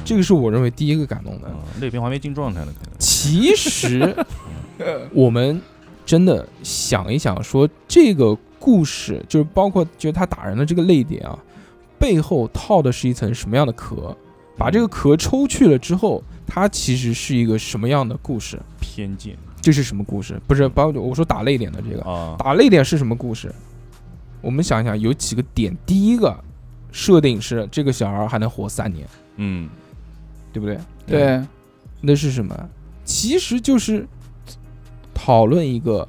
Speaker 1: 这个是我认为第一个感动的。
Speaker 5: 嗯那边还没进状态呢，可能
Speaker 1: 其实我们真的想一想，说这个故事就是包括就是他打人的这个泪点啊，背后套的是一层什么样的壳？把这个壳抽去了之后，它其实是一个什么样的故事？
Speaker 5: 偏见
Speaker 1: 这是什么故事？不是，包括我说打泪点的这个，
Speaker 5: 啊，
Speaker 1: 打泪点是什么故事？我们想一想，有几个点。第一个设定是这个小孩还能活三年，
Speaker 5: 嗯
Speaker 1: 对不对？
Speaker 4: 对，
Speaker 1: 那是什么？其实就是讨论一个，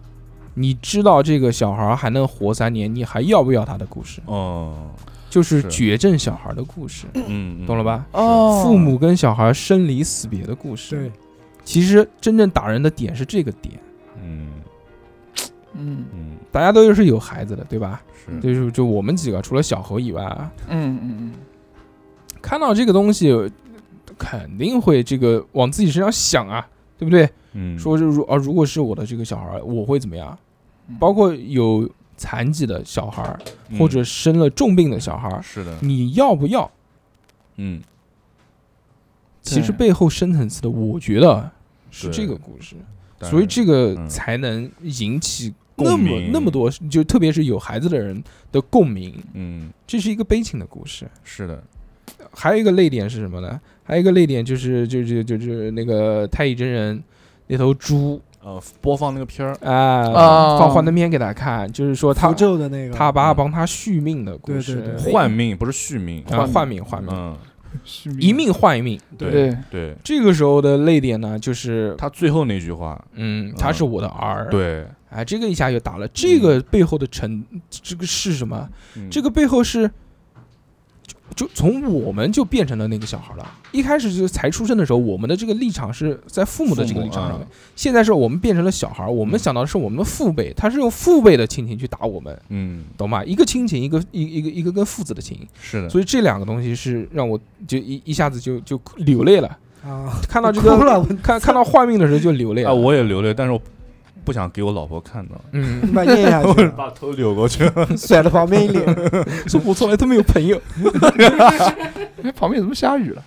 Speaker 1: 你知道这个小孩还能活三年，你还要不要他的故事，
Speaker 5: 哦，
Speaker 1: 就是
Speaker 5: 是
Speaker 1: 绝症小孩的故事，
Speaker 5: 嗯，
Speaker 1: 懂了吧？
Speaker 4: 哦
Speaker 1: 父母跟小孩生离死别的故事。
Speaker 2: 对，
Speaker 1: 其实真正打人的点是这个点，
Speaker 5: 嗯？
Speaker 4: 嗯
Speaker 5: 嗯
Speaker 1: 大家都是有孩子的，对吧？
Speaker 5: 嗯，是，
Speaker 1: 就是就我们几个，除了小猴以外啊，
Speaker 4: 嗯嗯
Speaker 1: 看到这个东西，肯定会这个往自己身上想啊，对不对？
Speaker 5: 嗯，
Speaker 1: 说是如啊，如果是我的这个小孩儿，我会怎么样？
Speaker 4: 嗯，
Speaker 1: 包括有残疾的小孩儿，
Speaker 5: 嗯
Speaker 1: 或者生了重病的小孩儿，
Speaker 5: 是的，
Speaker 1: 你要不要？
Speaker 5: 嗯，
Speaker 1: 其实
Speaker 4: 对
Speaker 1: 背后深层次的，我觉得是
Speaker 5: 对
Speaker 1: 这个故事，
Speaker 5: 当
Speaker 1: 所以
Speaker 5: 然
Speaker 1: 这个
Speaker 5: 嗯
Speaker 1: 才能引起
Speaker 5: 共
Speaker 1: 那么
Speaker 5: 鸣
Speaker 1: 那么多，就特别是有孩子的人的共鸣。
Speaker 5: 嗯
Speaker 1: 这是一个悲情的故事。
Speaker 5: 是的，
Speaker 1: 还有一个泪点是什么呢？还有一个泪点就是就就就就是那个太乙真人那头猪，
Speaker 5: 呃播放那个片儿，
Speaker 1: 啊，
Speaker 5: 哦
Speaker 4: 啊
Speaker 1: 放幻灯片给大家看，就是说他
Speaker 2: 符咒的那个，
Speaker 1: 他爸帮他续命的故
Speaker 2: 对
Speaker 1: 事
Speaker 2: 对，对
Speaker 5: 换命不是续命，
Speaker 1: 啊换命换命，
Speaker 5: 嗯，
Speaker 1: 一命换一命。
Speaker 5: 对
Speaker 4: 对
Speaker 5: 对，
Speaker 1: 这个时候的泪点呢，就是
Speaker 5: 他最后那句话，
Speaker 1: 嗯，他是我的儿，，
Speaker 5: 对，
Speaker 1: 哎，这个一下就打了。这个背后的成，这个是什么？
Speaker 5: 嗯
Speaker 1: 这个背后是，就就从我们就变成了那个小孩了。一开始就才出生的时候，我们的这个立场是在父母的啊这个立场上面
Speaker 5: 嗯。
Speaker 1: 现在是我们变成了小孩，我们
Speaker 5: 嗯
Speaker 1: 想到的是我们的父辈，他是用父辈的亲情去打我们，
Speaker 5: 嗯，
Speaker 1: 懂吗？一个亲情，一个一一个一个跟父子的情，
Speaker 5: 是的，
Speaker 1: 所以这两个东西是让我就一一下子就就流泪了。
Speaker 2: 啊，
Speaker 1: 看到这
Speaker 2: 哭
Speaker 1: 个
Speaker 2: 了，我
Speaker 1: 看看到画面的时候就流泪
Speaker 5: 啊，
Speaker 1: 了。
Speaker 5: 我也流泪，但是我不想给我老婆看 到，
Speaker 1: 嗯，
Speaker 2: 把咽下去了，
Speaker 5: 把头扭过去了，
Speaker 2: 甩了旁边一脸。
Speaker 1: 说我从来都没有朋友。
Speaker 4: 哎，旁边怎么下雨了？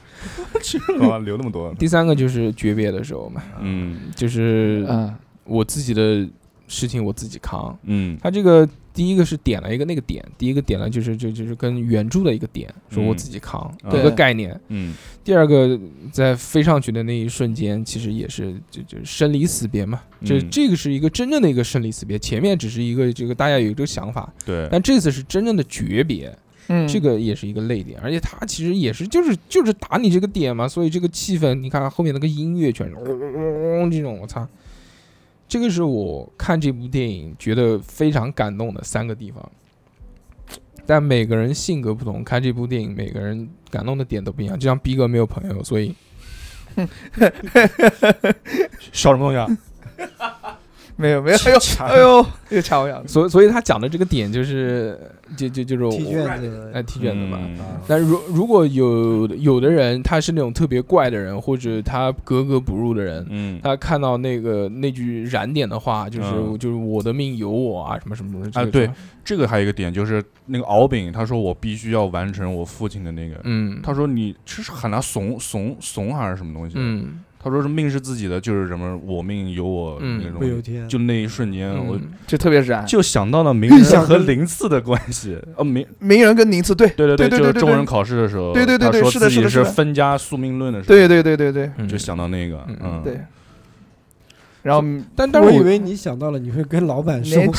Speaker 5: 啊，流那么多，
Speaker 1: 第三个就是诀别的时候嘛，
Speaker 5: 嗯
Speaker 1: 就是
Speaker 4: 嗯，
Speaker 1: 我自己的事情我自己扛。
Speaker 5: 嗯
Speaker 1: 他这个第一个是点了一个那个点，第一个点了就是就就是跟原著的一个点，说我自己扛
Speaker 5: 嗯
Speaker 1: 一个概念。
Speaker 5: 嗯
Speaker 1: 第二个在飞上去的那一瞬间，其实也是就就生离死别嘛，这
Speaker 5: 嗯
Speaker 1: 这个是一个真正的一个生离死别，前面只是一个这个大家有一个想法，
Speaker 5: 对，
Speaker 1: 但这次是真正的诀别。
Speaker 4: 嗯
Speaker 1: 这个也是一个泪点，而且他其实也是就是就是打你这个点嘛，所以这个气氛，你看后面那个音乐全是嗡嗡嗡嗡这种，我操，这个是我看这部电影觉得非常感动的三个地方。但每个人性格不同，看这部电影每个人感动的点都不一样。就像逼哥没有朋友，所以笑什么东西啊？
Speaker 4: 没有没有，哎呦哎呦，又掐我眼了。
Speaker 1: 所以所以他讲的这个点就是就就就是我
Speaker 2: 踢卷子
Speaker 1: 哎踢卷子嘛，
Speaker 5: 嗯
Speaker 2: 啊，
Speaker 1: 但如如果有有的人他是那种特别怪的人，或者他格格不入的人，
Speaker 5: 嗯，
Speaker 1: 他看到那个那句燃点的话，就是、
Speaker 5: 嗯
Speaker 1: 就是我的命由我啊，什么什么什么这
Speaker 5: 啊
Speaker 1: 个
Speaker 5: 对，这个还有一个点就是那个敖丙，他说我必须要完成我父亲的那个，
Speaker 1: 嗯，
Speaker 5: 他说你这是喊他怂怂怂还是什么东西？
Speaker 1: 嗯
Speaker 5: 他说是命是自己的，就是什么我命由我
Speaker 1: 嗯
Speaker 5: 那种
Speaker 2: 不，由天，
Speaker 5: 就那一瞬间，我
Speaker 1: 嗯
Speaker 4: 就特别燃。
Speaker 5: 就 想到了名人
Speaker 2: 预想
Speaker 5: 和
Speaker 2: 跟
Speaker 5: 零次的关系。哦，名
Speaker 4: 名人跟宁次，对
Speaker 5: 对
Speaker 4: 对
Speaker 5: 对，就
Speaker 4: 对
Speaker 5: 是
Speaker 4: 对
Speaker 5: 中文考试的时候，
Speaker 4: 对对对
Speaker 5: 他
Speaker 4: 对
Speaker 5: 说
Speaker 4: 是的
Speaker 5: 自
Speaker 4: 是
Speaker 5: 己
Speaker 4: 的
Speaker 5: 是
Speaker 4: 是的
Speaker 5: 分家宿命论的时候，
Speaker 4: 对对对对对
Speaker 1: 嗯
Speaker 5: 就想到那个，
Speaker 1: 嗯
Speaker 5: 嗯，
Speaker 4: 对，。然后嗯
Speaker 1: 但但
Speaker 2: 我以
Speaker 1: 是我
Speaker 2: 为你想到了你会跟老板说
Speaker 4: 年，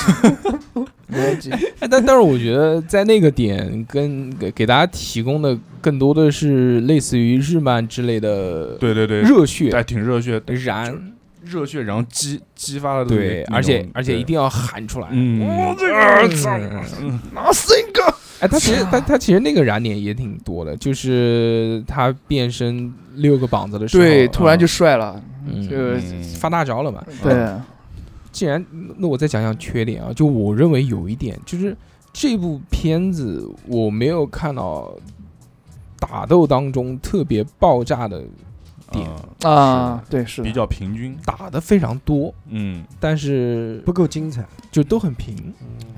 Speaker 4: 年纪
Speaker 1: 哎但但是我觉得在那个点跟给给大家提供的更多的是类似于日漫之类的
Speaker 5: 对对对，
Speaker 1: 热血
Speaker 5: 哎，挺热血，
Speaker 1: 燃，
Speaker 5: 热血，然后激激发了自己
Speaker 1: 对，
Speaker 5: 那
Speaker 1: 而且
Speaker 5: 种
Speaker 1: 而且
Speaker 5: 对
Speaker 1: 一定要喊出来。
Speaker 5: 嗯，
Speaker 1: 嗯
Speaker 4: 拿 single，
Speaker 1: 哎，他其实他他其实那个燃点也挺多的，就是他变身六个膀子的时候，
Speaker 4: 对，突然就帅了，
Speaker 1: 嗯
Speaker 4: 就
Speaker 5: 嗯
Speaker 1: 发大招了嘛。
Speaker 4: 对，
Speaker 1: 既然那我再讲讲缺点啊，就我认为有一点就是这部片子我没有看到打斗当中特别爆炸的，点
Speaker 5: 嗯
Speaker 4: 啊，对，是
Speaker 5: 比
Speaker 4: 的，
Speaker 5: 较平均，
Speaker 1: 打的非常多，
Speaker 5: 嗯，
Speaker 1: 但是
Speaker 2: 不够精彩。
Speaker 1: 就都很平，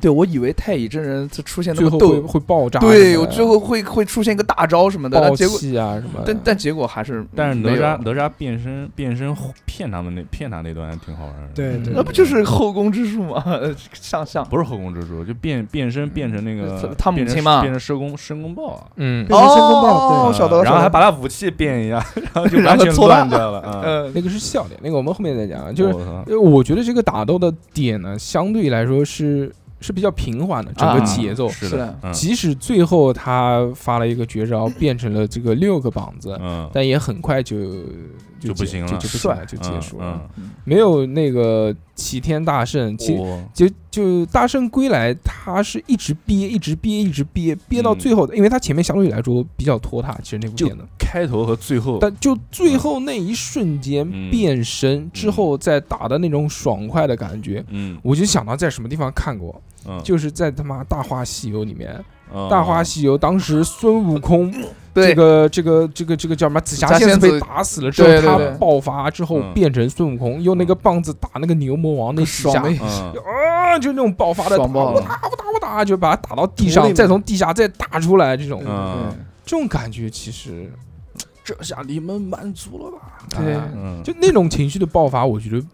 Speaker 4: 对我以为太乙真人他出现那
Speaker 1: 最
Speaker 4: 么
Speaker 1: 后会
Speaker 4: 逗，
Speaker 1: 会爆炸什么的，
Speaker 4: 对我最后会会出现一个大招什么的，
Speaker 1: 爆
Speaker 4: 但结果
Speaker 1: 气啊什么的，
Speaker 4: 但但结果还是
Speaker 5: 但是哪
Speaker 4: 没有
Speaker 5: 吒哪吒变身变身骗他们那骗他那段还挺好玩的，
Speaker 2: 对
Speaker 1: 嗯
Speaker 2: 对，
Speaker 4: 那不就是后宫之术吗？ 上相
Speaker 5: 不是后宫之术，就变变身变成那个
Speaker 4: 嗯他母
Speaker 5: 变成
Speaker 4: 亲嘛
Speaker 5: 变成申公申公豹啊，
Speaker 1: 嗯，
Speaker 2: 变成申公豹
Speaker 4: 哦
Speaker 2: 对
Speaker 4: 我晓得了，
Speaker 5: 然后
Speaker 4: 晓
Speaker 5: 还
Speaker 4: 得
Speaker 5: 把
Speaker 4: 了
Speaker 5: 他武器变一下， 然后就
Speaker 4: 然
Speaker 5: 完
Speaker 4: 后
Speaker 5: 全
Speaker 4: 错
Speaker 5: 乱
Speaker 4: 乱
Speaker 5: 掉了，啊，
Speaker 4: 嗯
Speaker 1: 那个是笑点，那个我们后面再讲啊，
Speaker 4: 哦
Speaker 1: 就是
Speaker 5: 我操
Speaker 1: 呃，我觉得这个打斗的点呢，相对来说是是比较平缓的，整个
Speaker 4: 啊
Speaker 1: 节奏。
Speaker 5: 是
Speaker 4: 是
Speaker 5: 的
Speaker 4: 的，
Speaker 5: 嗯
Speaker 1: 即使最后他发了一个绝招，变成了这个六个膀子，
Speaker 5: 嗯，
Speaker 1: 但也很快就就
Speaker 5: 就不
Speaker 1: 结
Speaker 5: 行
Speaker 1: 就
Speaker 5: 了
Speaker 1: 就不行
Speaker 4: 帅
Speaker 1: 了，就结束了，
Speaker 5: 嗯。
Speaker 1: 没有那个齐天大圣，其
Speaker 5: 我
Speaker 1: 就就大圣归来，他是一直憋，一直憋，一直憋，憋到
Speaker 5: 嗯
Speaker 1: 最后，因为他前面相对来说比较拖沓，其实那部
Speaker 5: 就
Speaker 1: 片子。
Speaker 5: 开头和最后，
Speaker 1: 但就最后那一瞬间
Speaker 5: 嗯
Speaker 1: 变身之后再打的那种爽快的感觉，
Speaker 5: 嗯
Speaker 1: 我就想到在什么地方看过，
Speaker 5: 嗯，
Speaker 1: 就是在他妈《大话西游》里面，
Speaker 5: 嗯
Speaker 1: 《大话西游》当时孙悟空这
Speaker 4: 对
Speaker 1: 个这个这个这个叫什么紫霞
Speaker 4: 紫霞
Speaker 1: 仙子
Speaker 4: 仙
Speaker 1: 被
Speaker 4: 子
Speaker 1: 打死了之后
Speaker 4: 对，对
Speaker 1: 他
Speaker 4: 对
Speaker 1: 爆发之后
Speaker 5: 嗯
Speaker 1: 变成孙悟空，用那个棒子打那个牛魔王那几
Speaker 4: 爽
Speaker 1: 下
Speaker 4: 的。
Speaker 5: 嗯
Speaker 1: 啊，就那种爆发的打，
Speaker 4: 爽爆
Speaker 1: 我
Speaker 4: 了
Speaker 1: 打我打我打，就把他打到地
Speaker 2: 土
Speaker 1: 上，
Speaker 2: 里
Speaker 1: 再
Speaker 2: 面
Speaker 1: 从地下再打出来，这种
Speaker 5: 嗯
Speaker 1: 这种感觉其实，
Speaker 5: 这下你们满足了吧？
Speaker 4: 对
Speaker 1: 啊
Speaker 5: 嗯，
Speaker 1: 就那种情绪的爆发，我觉得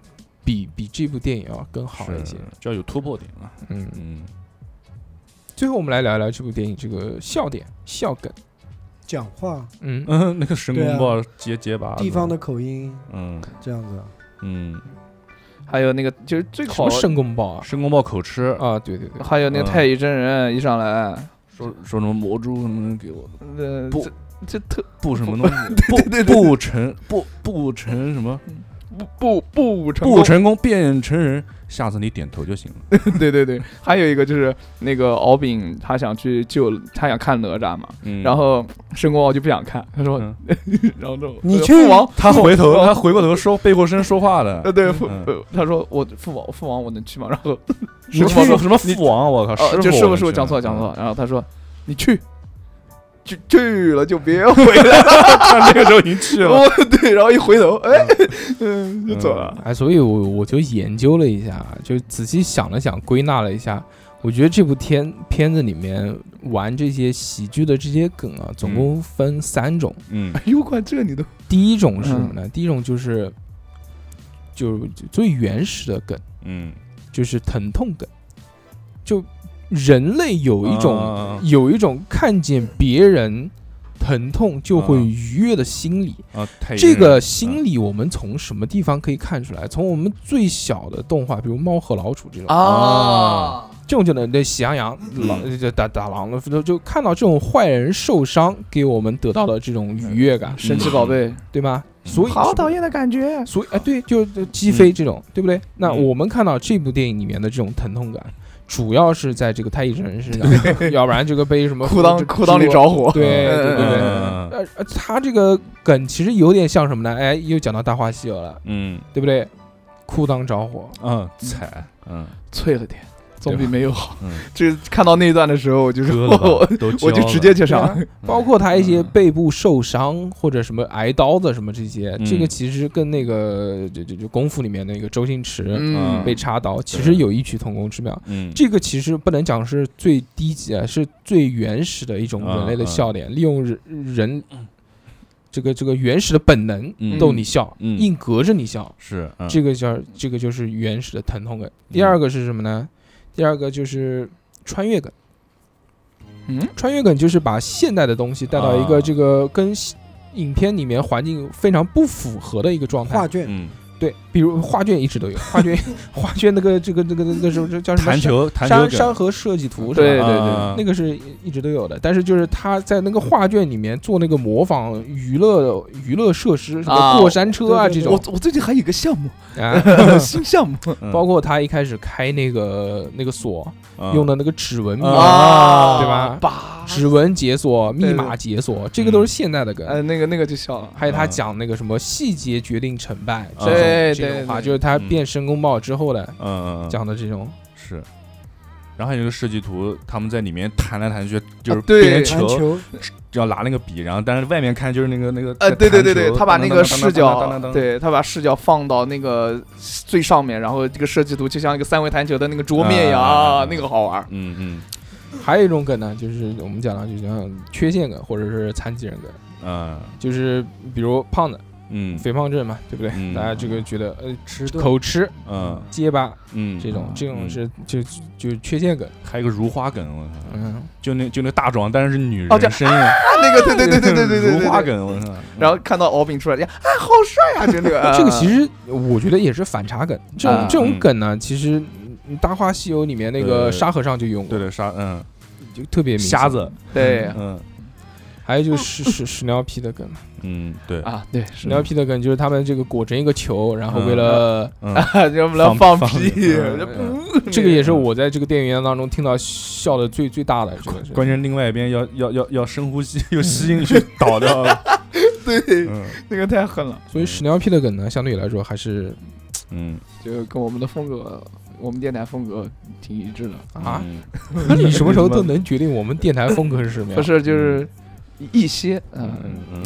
Speaker 1: 比比这部电影要更嗯好一些
Speaker 5: 嗯是。就要有突破点啊。
Speaker 1: 嗯，
Speaker 5: 嗯，
Speaker 1: 最后我们来聊聊这部电影这个笑点、笑梗。
Speaker 2: 讲话
Speaker 1: 嗯，
Speaker 5: 嗯， 那个神
Speaker 2: 对
Speaker 5: 功
Speaker 2: 啊
Speaker 5: 豹结结巴，
Speaker 2: 地方的，口音
Speaker 5: 嗯
Speaker 2: 这样子，
Speaker 5: 嗯，
Speaker 4: 还有那个就是最
Speaker 1: 什
Speaker 4: 好
Speaker 1: 么，申公豹啊？
Speaker 5: 申公豹口吃，
Speaker 1: 啊，对对对，
Speaker 4: 还有那个
Speaker 5: 嗯
Speaker 4: 太乙真人一上来，
Speaker 5: 说说什么魔珠什么给我
Speaker 4: 呃，
Speaker 5: 不
Speaker 4: 这这特
Speaker 5: 不什么东西，不不成不不成什么
Speaker 4: 不不不成
Speaker 5: 不
Speaker 4: 功，
Speaker 5: 成功变成人，下次你点头就行了。
Speaker 4: 对对对，还有一个就是那个敖丙他想去救，他想看哪吒嘛，
Speaker 5: 嗯
Speaker 4: 然后申公豹就不想 看，他说，
Speaker 5: 嗯
Speaker 4: 然后这种
Speaker 2: 你
Speaker 4: 呃
Speaker 2: 去
Speaker 4: 父王，
Speaker 5: 他回头他回过头说背过身说话的
Speaker 4: 呃，，对父
Speaker 5: 嗯，
Speaker 4: 呃他说我父王父王我能去吗？ 然后
Speaker 5: 什么
Speaker 4: 去
Speaker 5: 什么什么父王，啊嗯我靠，
Speaker 4: 哦
Speaker 5: 师
Speaker 4: 就
Speaker 5: 傅
Speaker 4: 师
Speaker 5: 我
Speaker 4: 傅
Speaker 5: 们
Speaker 4: 师傅
Speaker 5: 去
Speaker 4: 讲错
Speaker 5: 了
Speaker 4: 讲错，，然后他说你去。去去了就别回 来了，
Speaker 5: 那个时候已经去了，
Speaker 4: 哦对，然后一回头，哎， 嗯，就走了。
Speaker 1: 哎，所以我我就研究了一下，就仔细想了想，归纳了一下，我觉得这部片片子里面玩这些喜剧的这些梗啊，总共分三种。
Speaker 5: 嗯
Speaker 4: 哎呦，管这你都
Speaker 1: 第一种是什么呢？第一种就是就是最原始的梗，
Speaker 5: 嗯
Speaker 1: 就是疼痛梗，就人类有一种、
Speaker 5: 啊
Speaker 1: 有一种看见别人疼痛就会
Speaker 5: 啊
Speaker 1: 愉悦的心理。
Speaker 5: 啊，太
Speaker 1: 这
Speaker 5: 阴了啊
Speaker 1: 个心理我们从什么地方可以看出来？从我们最小的动画，比如《猫和老鼠》这种，
Speaker 4: 哦
Speaker 5: 啊，
Speaker 1: 这种就能对喜羊羊、狼
Speaker 5: 嗯
Speaker 1: 就打打狼了，就就看到这种坏人受伤，给我们得到的这种愉悦感，
Speaker 4: 神奇宝贝，
Speaker 1: 对吗？
Speaker 5: 嗯
Speaker 1: 所以
Speaker 4: 好讨厌的感觉。
Speaker 1: 所以啊，对，就就击飞这种，对不对？那
Speaker 5: 嗯
Speaker 1: 我们看到这部电影里面的这种疼痛感，主要是在这个太乙真人身 上，要不然这个被什么
Speaker 4: 裤裆
Speaker 1: 这
Speaker 4: 裤裆里
Speaker 1: 猪啊
Speaker 4: 着火，
Speaker 1: 对对对对。
Speaker 5: 嗯
Speaker 1: 呃呃，他这个梗其实有点像什么呢？哎，又讲到《大话西游》了，
Speaker 5: 嗯
Speaker 1: 对不对？裤裆着火，
Speaker 5: 嗯，踩嗯
Speaker 4: 脆了点，总比没有好
Speaker 5: 嗯。
Speaker 4: 这看到那一段的时候，我就是
Speaker 5: 割
Speaker 4: 我
Speaker 5: 了吧，都
Speaker 4: 我就
Speaker 5: 交
Speaker 4: 直
Speaker 5: 了
Speaker 4: 接去
Speaker 1: 对
Speaker 4: 上
Speaker 1: 啊，
Speaker 5: 嗯
Speaker 1: 包括他一些背部受伤或者什么挨刀子什么这些，
Speaker 5: 嗯
Speaker 1: 这个其实跟那个就就就功夫里面那个周星驰
Speaker 4: 嗯，
Speaker 1: 被插刀，其实有异曲同工之妙。
Speaker 5: 嗯
Speaker 1: 这个其实不能讲是最低级啊，是最原始的一种人
Speaker 5: 嗯
Speaker 1: 类的笑点，利用人人这个这个原始的本能
Speaker 5: 嗯
Speaker 1: 逗你笑，
Speaker 5: 嗯
Speaker 1: 硬隔着你笑，
Speaker 5: 是嗯
Speaker 4: 嗯
Speaker 1: 这个叫这个就是原始的疼痛感。第二个是什么呢？第二个就是穿越感。
Speaker 4: 嗯，
Speaker 1: 穿越梗就是把现代的东西带到一个
Speaker 5: 啊
Speaker 1: 这个跟西影片里面环境非常不符合的一个状
Speaker 2: 画
Speaker 1: 态。
Speaker 2: 卷，
Speaker 5: 嗯
Speaker 1: 对，比如画卷一直都有，画 卷画卷那个这个那个那个什么叫什么
Speaker 5: 弹球弹
Speaker 1: 山山
Speaker 5: 球梗
Speaker 1: 山河设计图是吧？
Speaker 4: 嗯对对
Speaker 5: 啊
Speaker 1: 那个是一直都有的，但是就是他在那个画卷里面做那个模仿娱乐娱乐设施，什么
Speaker 4: 啊
Speaker 1: 过山车啊
Speaker 2: 对
Speaker 1: 这
Speaker 2: 对对
Speaker 1: 种
Speaker 4: 我我最近还有一个项目，
Speaker 1: 啊，
Speaker 4: 新项目
Speaker 5: 嗯
Speaker 1: 包括他一开始开那个那个锁
Speaker 5: 嗯
Speaker 1: 用的那个指纹密码、
Speaker 4: 啊
Speaker 1: 对吧
Speaker 4: 吧
Speaker 1: 指纹解锁、密
Speaker 4: 对
Speaker 1: 码解锁，这个都是现代的梗。
Speaker 5: 嗯
Speaker 4: 呃，那个那个就笑了。
Speaker 1: 还有他
Speaker 5: 啊
Speaker 1: 讲那个什么细节决定成败，这
Speaker 5: 嗯对
Speaker 1: 种
Speaker 4: 对
Speaker 1: 这种话
Speaker 4: 对
Speaker 1: 就是他变申公豹之后的
Speaker 5: 嗯嗯嗯
Speaker 1: 讲的这种，
Speaker 5: 是。然后还有一个设计图，他们在里面弹来弹去，就是
Speaker 4: 啊对
Speaker 5: 变成
Speaker 2: 篮
Speaker 5: 球，
Speaker 2: 球
Speaker 5: 要拿那个笔，然后但是外面看就是那个那个
Speaker 4: 呃，对对对对，
Speaker 5: 弹球
Speaker 4: 他把那个
Speaker 5: 当
Speaker 4: 视
Speaker 5: 当
Speaker 4: 角，
Speaker 5: 当当当当当
Speaker 4: 对他把视角放到那个最上面，然后这个设计图就像一个三维弹球的那个桌面一样
Speaker 5: 啊啊啊
Speaker 4: 啊
Speaker 5: 啊，
Speaker 4: 那个好玩。
Speaker 5: 嗯嗯
Speaker 1: 还有一种梗呢，就是我们讲的就像缺陷梗或者是残疾人梗，
Speaker 5: 嗯
Speaker 1: 就是比如胖子、
Speaker 5: 嗯
Speaker 1: 肥胖症嘛，对不对？
Speaker 5: 嗯
Speaker 1: 大家这个觉得呃
Speaker 2: 迟钝，
Speaker 1: 口吃、
Speaker 5: 嗯
Speaker 1: 结巴
Speaker 5: 嗯，
Speaker 1: 这种，这种
Speaker 5: 嗯
Speaker 1: 是就就就是缺陷梗，
Speaker 5: 还有个如花梗，我操，
Speaker 1: 嗯，
Speaker 5: 就那就那大壮，但是是女
Speaker 4: 哦这
Speaker 5: 人声音，
Speaker 4: 啊， 那个对对对对对对对
Speaker 5: 如花
Speaker 4: 对对。
Speaker 5: 梗，我操，
Speaker 4: 然后看到敖丙出来，呀，啊，好帅啊，真的。
Speaker 1: 这个其实我觉得也是反差梗，这种
Speaker 4: 啊
Speaker 1: 这种
Speaker 5: 呃嗯
Speaker 1: 梗呢，其实《大话西游》里面那个
Speaker 5: 对
Speaker 1: 沙和尚就用
Speaker 5: 对
Speaker 1: 过，
Speaker 5: 对啥嗯
Speaker 1: 就特别明显
Speaker 5: 瞎子，
Speaker 4: 对
Speaker 5: 嗯
Speaker 1: 还有就是屎屎屎尿屁的梗嘛，
Speaker 5: 嗯对，
Speaker 4: 啊，对，
Speaker 1: 屎尿屁的梗就是他们这个裹成一个球，然后为了、
Speaker 5: 嗯
Speaker 4: 啊， 要不然
Speaker 5: 放
Speaker 4: 屁，
Speaker 5: 放
Speaker 4: 嗯
Speaker 1: 这个也是我在这个电影院当中听到笑的最最大的，这个是
Speaker 5: 关键另外一边要要要要深呼吸，又吸进 去倒掉了，
Speaker 4: 对，
Speaker 5: 嗯
Speaker 4: 那个太狠了，
Speaker 1: 所以屎尿屁的梗呢，相对来说还是
Speaker 5: 嗯
Speaker 4: 就跟我们的风格，我们电台风格挺一致的。
Speaker 1: 啊，
Speaker 5: 嗯
Speaker 1: 你什么时候 都能决定我们电台风格是什么样
Speaker 4: 不。是，就是一些，啊嗯，
Speaker 5: 嗯嗯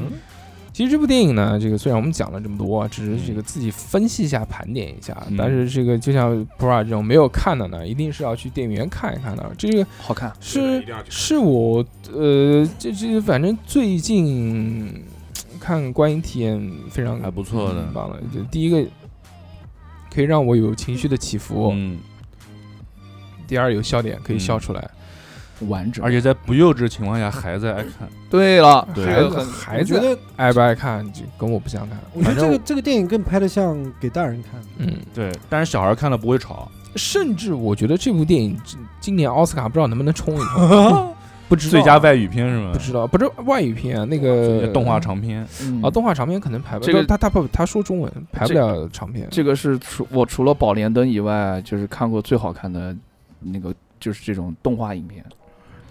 Speaker 1: 其实这部电影呢，这个虽然我们讲了这么多，啊只是这个自己分析一下、盘点一下，
Speaker 5: 嗯
Speaker 1: 但是这个就像 Pro 这种没有看的呢，一定是要去电影院看一看的。这个
Speaker 4: 好看，
Speaker 1: 是
Speaker 3: 一定要去
Speaker 1: 是我呃，这这反正最近看观影体验非常
Speaker 5: 还不错的
Speaker 1: 嗯棒了。就第一个可以让我有情绪的起伏，
Speaker 5: 嗯
Speaker 1: 第二有笑点可以笑出来，
Speaker 4: 完整。
Speaker 5: 而且在不幼稚的情况下还在爱看，
Speaker 4: 对了，
Speaker 5: 对
Speaker 4: 这个很
Speaker 2: 我
Speaker 1: 孩子
Speaker 2: 觉得，
Speaker 1: 爱不爱看就跟我不相干。
Speaker 2: 我觉得
Speaker 5: 反
Speaker 2: 这
Speaker 5: 正
Speaker 2: 个这个电影更拍的像给大人看的。
Speaker 1: 嗯，
Speaker 5: 对，但是小孩看了不会吵，
Speaker 1: 甚至我觉得这部电影今今年奥斯卡不知道能不能冲一 冲，不知道
Speaker 5: 最佳外语片是吗
Speaker 1: 不？知道，不是外语片啊，那
Speaker 5: 最
Speaker 4: 呃
Speaker 1: 个
Speaker 5: 佳动画长片，
Speaker 4: 嗯
Speaker 1: 啊，动画长片可能排不
Speaker 4: 这个
Speaker 1: 不他他不他说中文排不
Speaker 4: 这
Speaker 1: 了长片。
Speaker 4: 这个是除我除了《宝莲灯》以外，就是看过最好看的那个就是这种动画影片。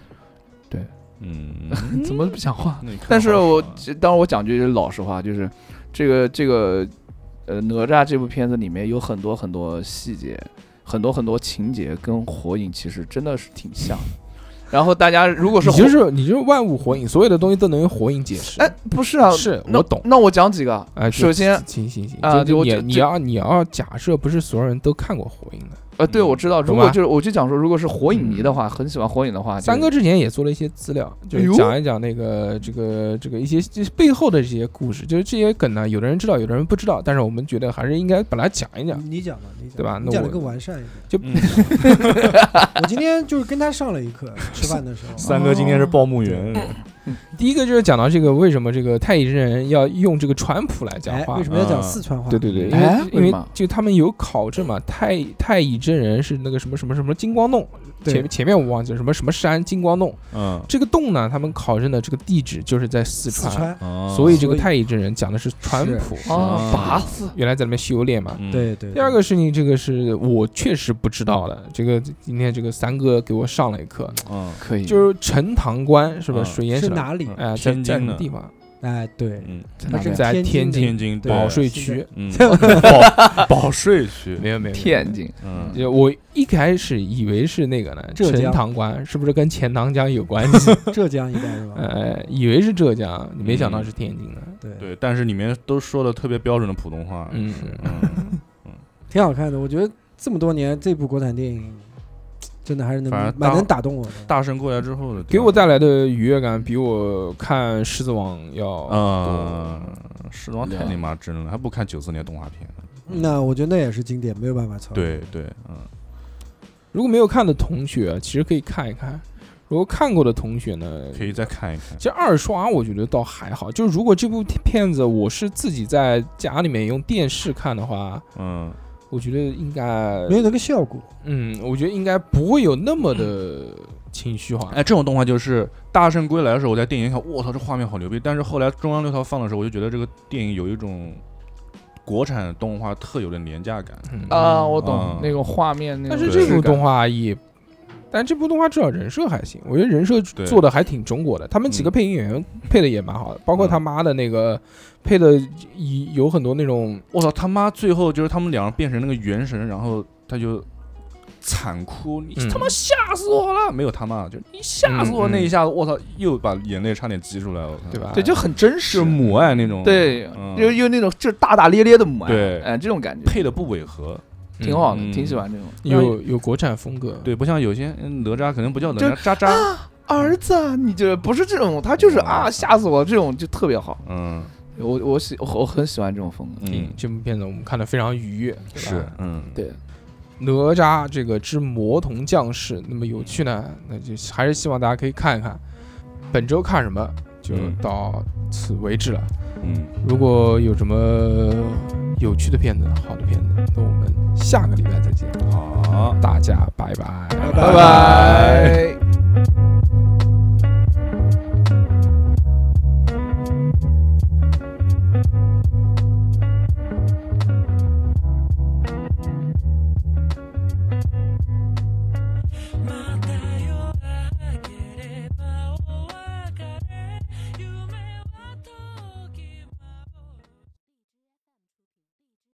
Speaker 5: 嗯，
Speaker 4: 怎么不讲话？
Speaker 5: 那你看
Speaker 4: 但是
Speaker 5: 好
Speaker 4: 我
Speaker 5: 爽啊
Speaker 4: 这当然我讲句老实话，就是这个这个呃哪吒这部片子里面有很多很多细节，很多很多情节跟火影其实真的是挺像的。然后大家如果是
Speaker 1: 你
Speaker 4: 火
Speaker 1: 就是你就是万物火影，所有的东西都能用火影解释。
Speaker 4: 哎不是啊，
Speaker 1: 是
Speaker 4: 那
Speaker 1: 我懂。
Speaker 4: 那我讲几个，
Speaker 1: 哎，
Speaker 4: 首先
Speaker 1: 行行行
Speaker 4: 啊
Speaker 1: 就
Speaker 4: 我
Speaker 1: 你
Speaker 4: 就
Speaker 1: 你
Speaker 4: 就
Speaker 1: 要你要假设不是所有人都看过火影的，
Speaker 4: 呃，对
Speaker 5: 嗯
Speaker 4: 我知道，如
Speaker 1: 懂
Speaker 4: 果
Speaker 1: 吧
Speaker 4: 就是我就讲说，如果是火影迷的话，很喜欢火影的
Speaker 2: 啊
Speaker 4: 话，就是
Speaker 1: 三哥之前也做了一些资料，就
Speaker 4: 哎
Speaker 1: 是
Speaker 4: 呦
Speaker 1: 讲一讲那个这个这个一些这背后的这些故事，就是这些梗呢，有的人知道，有的人不知道，但是我们觉得还是应该把它讲一讲。
Speaker 2: 你你讲吧，你讲
Speaker 1: 对吧
Speaker 2: 你
Speaker 1: 那
Speaker 2: 讲
Speaker 1: 我
Speaker 2: 的更完善一点。
Speaker 5: 嗯
Speaker 2: 我今天就是跟他上了一课，吃饭的时候。哎
Speaker 5: 三哥今天是报幕员，
Speaker 1: 第一个就是讲到这个为什么这个太乙真人要用这个川普来讲
Speaker 2: 哎，
Speaker 1: 话
Speaker 2: 为什。么要讲
Speaker 5: 嗯
Speaker 2: 四川话？
Speaker 1: 对对对，因为、
Speaker 4: 哎
Speaker 1: 因
Speaker 4: 为
Speaker 1: 为
Speaker 4: 什么
Speaker 1: 就他们有考证嘛，太太乙真人是那个什么什么什么金光洞，
Speaker 2: 对
Speaker 1: 前前面我忘记了什么什么山金光洞，
Speaker 4: 哦
Speaker 5: 嗯，
Speaker 1: 这个洞呢，他们考证的这个地址就是在四
Speaker 2: 四
Speaker 1: 川，
Speaker 2: 川，
Speaker 5: 哦
Speaker 1: 所以这
Speaker 2: 所
Speaker 1: 个
Speaker 2: 以
Speaker 1: 太乙真人讲的是川
Speaker 2: 是
Speaker 1: 普，
Speaker 4: 啊
Speaker 5: 是
Speaker 4: 靶子
Speaker 1: 原来在那边修炼嘛。
Speaker 5: 嗯
Speaker 2: 对对。
Speaker 1: 第二个事情，这个是我确实不知道的。这个今天这个三哥给我上了一课，
Speaker 5: 嗯，
Speaker 4: 可以，
Speaker 1: 就是陈塘关是吧？
Speaker 5: 嗯
Speaker 1: 水淹
Speaker 2: 是
Speaker 1: 城，
Speaker 2: 哪里？
Speaker 1: 哎，在在什
Speaker 5: 天津
Speaker 1: 么
Speaker 5: 的，
Speaker 1: 地方？
Speaker 2: 哎，对，
Speaker 5: 嗯，
Speaker 4: 在
Speaker 2: 它
Speaker 4: 哪
Speaker 2: 是
Speaker 4: 边
Speaker 1: 在天津
Speaker 5: 天津
Speaker 2: 对
Speaker 1: 保
Speaker 5: 保
Speaker 1: 税
Speaker 2: 现在
Speaker 1: 区。
Speaker 5: 嗯，保保税区，
Speaker 1: 没有没有，
Speaker 4: 天津，
Speaker 5: 嗯，
Speaker 1: 就我一开始以为是那个呢，
Speaker 2: 浙江
Speaker 1: 陈塘关是不是跟钱塘江有 关系？
Speaker 2: 浙江一带是吧？
Speaker 1: 呃，以为是浙江，没想到是天津的。
Speaker 2: 对，
Speaker 5: 对，但是里面都说的特别标准的普通话，
Speaker 1: 嗯，
Speaker 5: 嗯，
Speaker 2: 挺好看的。我觉得这么多年，这部国产电影真的还是能
Speaker 5: 反正
Speaker 2: 蛮
Speaker 5: 大
Speaker 2: 能打动我的。
Speaker 5: 大圣过来之后的，
Speaker 1: 给我带来的愉悦感比我看《狮子王》要
Speaker 5: 啊，时装太
Speaker 4: 了
Speaker 5: 你妈真了，还不看九四年动画片呢，
Speaker 2: 那我觉得那也是经典，没有办法超越。
Speaker 5: 对对，嗯，
Speaker 1: 如果没有看的同学，其实可以看一看；如果看过的同学呢，
Speaker 5: 可以再看一看
Speaker 1: 其，实二刷我觉得倒还好。就是如果这部片子我是自己在家里面用电视看的话，
Speaker 5: 嗯，
Speaker 1: 我觉得应该
Speaker 2: 没，有那个效果。
Speaker 1: 嗯，我觉得应该不会有那么的情绪化。
Speaker 5: 哎，这种动画就是《大圣归来》的时候，我在电影院看，我操，这画面好牛逼，但是后来中央六套放的时候，我就觉得这个电影有一种国产动画特有的廉价感，
Speaker 1: 嗯
Speaker 4: 啊，我懂
Speaker 5: 嗯
Speaker 4: 那种画面那种
Speaker 1: 但
Speaker 4: 质
Speaker 1: 是
Speaker 4: 感。
Speaker 1: 这部动画也，但这部动画至少人设还行，我觉得人设
Speaker 5: 对
Speaker 1: 做的还挺中国的。他们几个
Speaker 5: 嗯
Speaker 1: 配音演员配的也蛮好的，包括
Speaker 5: 嗯
Speaker 1: 他妈的那个配的有有很多那种
Speaker 5: 我操他妈！最后就是他们两个变成那个元神，然后他就惨哭，你
Speaker 1: 嗯
Speaker 5: 他妈吓死我了！没有他妈，就你吓死我
Speaker 1: 嗯嗯
Speaker 5: 那一下子，我操，又把眼泪差点挤出来，我操，
Speaker 1: 对吧
Speaker 4: 对，就很真实啊
Speaker 5: 就，母爱那种，
Speaker 4: 对，
Speaker 5: 嗯
Speaker 4: 就又那种就是大大咧咧的母爱，
Speaker 5: 对
Speaker 4: 哎，这种感觉
Speaker 5: 配的不违和，
Speaker 4: 挺好的，
Speaker 5: 嗯
Speaker 4: 挺喜欢这种。
Speaker 1: 有有国产风格，
Speaker 5: 对，不像有些嗯哪吒可能不叫哪
Speaker 4: 就
Speaker 5: 吒，渣渣，
Speaker 1: 啊
Speaker 4: 儿子，啊你这不是这种，他就是啊，
Speaker 5: 嗯
Speaker 4: 吓死我，这种就特别好。
Speaker 5: 嗯
Speaker 4: 我我喜我我很喜欢这种风格。
Speaker 5: 嗯
Speaker 1: 嗯，这部片子我们看的非常愉悦，对吧
Speaker 5: 是嗯
Speaker 4: 对，
Speaker 1: 哪吒这个之魔童降世那么有趣呢，那就还是希望大家可以看一看。本周看什么就
Speaker 5: 嗯
Speaker 1: 到此为止了。
Speaker 5: 嗯，
Speaker 1: 如果有什么有趣的片子、好的片子，那我们下个礼拜再见，
Speaker 5: 好。
Speaker 1: 大家拜拜。
Speaker 4: 拜拜。